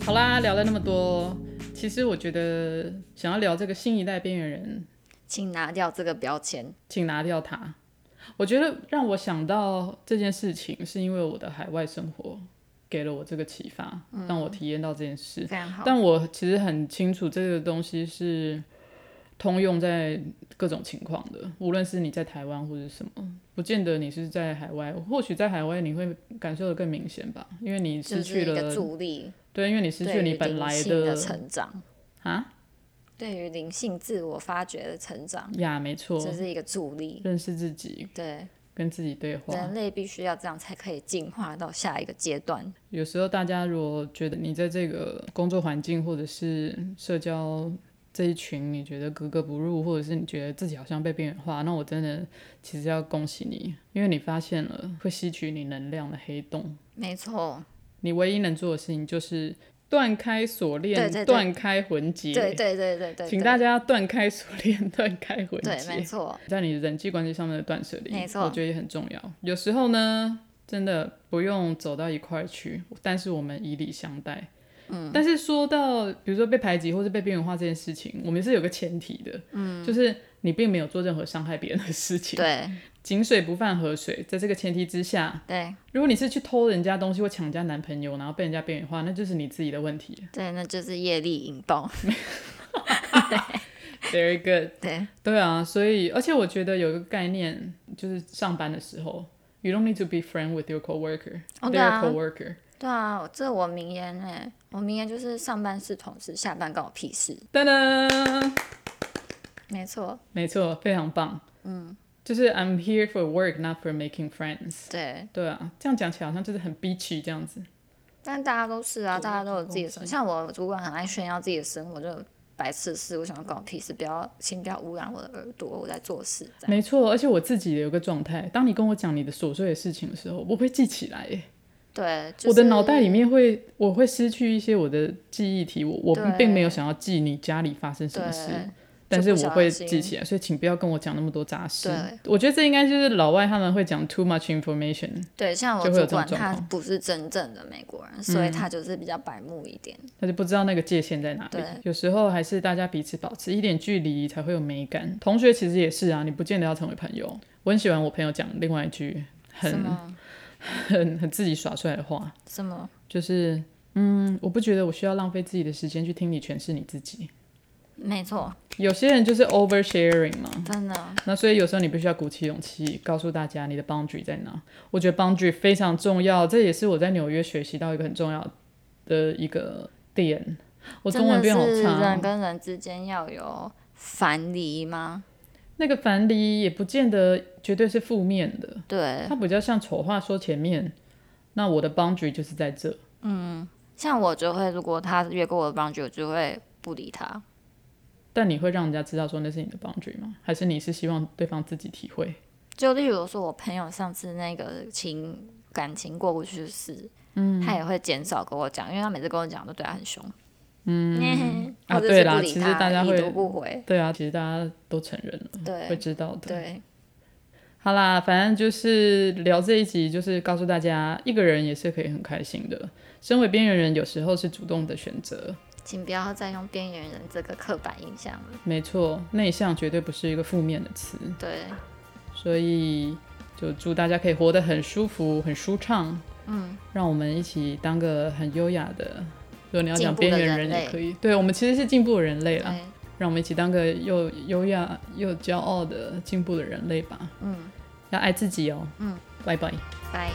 B: 好啦，聊了那么多，其实我觉得想要聊这个新一代边缘人，
A: *laughs* 请拿掉这个标 *laughs* 签。
B: 请拿掉它。我觉得让我想到这件事情，是因为我的海外生活给了我这个启发，让我体验到这件事。
A: 非常嗯好，
B: 但我其实很清楚这个东西是通用在各种情况的，无论是你在台湾或者什么，不见得你是在海外，或许在海外你会感受的更明显吧，因为你
A: 就
B: 失
A: 是
B: 去
A: 一
B: 了，
A: 个助力，
B: 对，因为你失去
A: 对
B: 了
A: 于
B: 你本
A: 灵
B: 来
A: 性的成长，
B: 啊
A: 对于灵性自我发掘的成长，
B: 呀，没错，
A: 这是一个助力。
B: 认识自己，
A: 对，
B: 跟自己对话。
A: 人类必须要这样才可以进化到下一个阶段。
B: 有时候大家如果觉得你在这个工作环境或者是社交这一群，你觉得格格不入，或者是你觉得自己好像被边缘化，那我真的其实要恭喜你，因为你发现了会吸取你能量的黑洞。
A: 没错，
B: 你唯一能做的事情就是断开锁链，
A: 对对对
B: 断开魂结。
A: 对对对对对，
B: 请
A: 对
B: 大家断开锁链，断开魂
A: 对，没
B: 结，
A: 错，
B: 在你人际关系上面的断舍离，
A: 没错
B: 我觉得也很重要。有时候呢，真的不用走到一块儿去，但是我们以礼相待。嗯，但是说到比如说被排挤或是被边缘化这件事情，我们是有个前提的，嗯，就是你并没有做任何伤害别人的事情，
A: 对
B: 井水不犯河水，在这个前提之下，
A: 对
B: 如果你是去偷人家东西或抢人家男朋友，然后被人家边缘化，那就是你自己的问题。
A: 对，那就是业力引爆。
B: Very good。
A: 对
B: 对啊，所以而且我觉得有一个概念，就是上班的时候，you don't need to be friend with your coworker，、
A: 哦
B: they're
A: 对啊
B: a coworker。
A: 对啊，这我名言哎、我名言就是上班是同事，下班关我屁事。
B: 噔噔，
A: 没错，
B: 没错，非常棒。嗯，就是 I'm here for work, not for making friends。
A: 对，
B: 对啊，这样讲起来好像就是很 bitchy 这样子。
A: 但大家都是啊，
B: 对
A: 大家都有自己的生活。像我主管很爱炫耀自己的生活，就白痴的事，我想要关我屁事，不要请不要污染我的耳朵，我在做事。这样
B: 没错，而且我自己也有个状态，当你跟我讲你的琐碎的事情的时候，我会记起来耶。
A: 对，就是、
B: 我的脑袋里面会，我会失去一些我的记忆体，我我
A: 对
B: 并没有想要记你家里发生什么事。
A: 对
B: 但是
A: 就不
B: 我
A: 小
B: 会
A: 心
B: 记起来，所以请不要跟我讲那么多杂事
A: 对。
B: 我觉得这应该就是老外他们会讲 too much information，
A: 对，像我
B: 就会有
A: 主
B: 这种
A: 管
B: 状
A: 他
B: 况嗯
A: 不是真正的美国人，所以他就是比较白目一点。
B: 他就不知道那个界限在哪里
A: 对。
B: 有时候还是大家彼此保持一点距离才会有美感。同学其实也是啊，你不见得要成为朋友。我很喜欢我朋友讲另外一句
A: 什
B: 很
A: 么
B: *laughs* 很很自己耍出来的话，
A: 什么？
B: 就是嗯，我不觉得我需要浪费自己的时间去听你诠释你自己。
A: 没错，
B: 有些人就是 oversharing 嘛，
A: 真的，
B: 那所以有时候你必须要鼓起勇气，告诉大家你的 boundary 在哪。我觉得 boundary 非常重要，这也是我在纽约学习到一个很重要的一个点。我
A: 真
B: 中文
A: 的
B: 变好
A: 是人
B: 差，哦
A: 跟人之间要有樊篱吗？
B: 那个反理也不见得绝对是负面的，
A: 对，
B: 它比较像丑话说前面。那我的 boundary 就是在这，
A: 像我就会，如果他越过我的 boundary，我就会不理他。
B: 但你会让人家知道说那是你的 boundary 吗？还是你是希望对方自己体会？
A: 就例如说，我朋友上次那个情感情过不去的事，嗯，他也会减少跟我讲，因为他每次跟我讲都对他很凶，嗯，*laughs*
B: 啊
A: 或者
B: 对
A: 是
B: 啦
A: 不理
B: 其实
A: 他，
B: 大家
A: 已
B: 会
A: 读不回，
B: 对啊，其实大家都承认了，会嗯
A: 对
B: 知道的。
A: 对，
B: 好啦，反正就是聊这一集，就是告诉大家，一个人也是可以很开心的。身为边缘人，有时候是主动的选择，
A: 请不要再用边缘人这个刻板印象了，
B: 没错，内向绝对不是一个负面的词。
A: 对，
B: 所以，就祝大家可以活得很舒服、很舒畅。嗯，让我们一起当个很优雅的。如果你要讲
A: 进步的
B: 边缘
A: 人
B: 人
A: 类
B: 也可以，对我们其实是进步的人类啦。
A: 对，
B: 让我们一起当个又优雅又骄傲的进步的人类吧。嗯，要爱自己哦。嗯，拜拜。
A: 拜。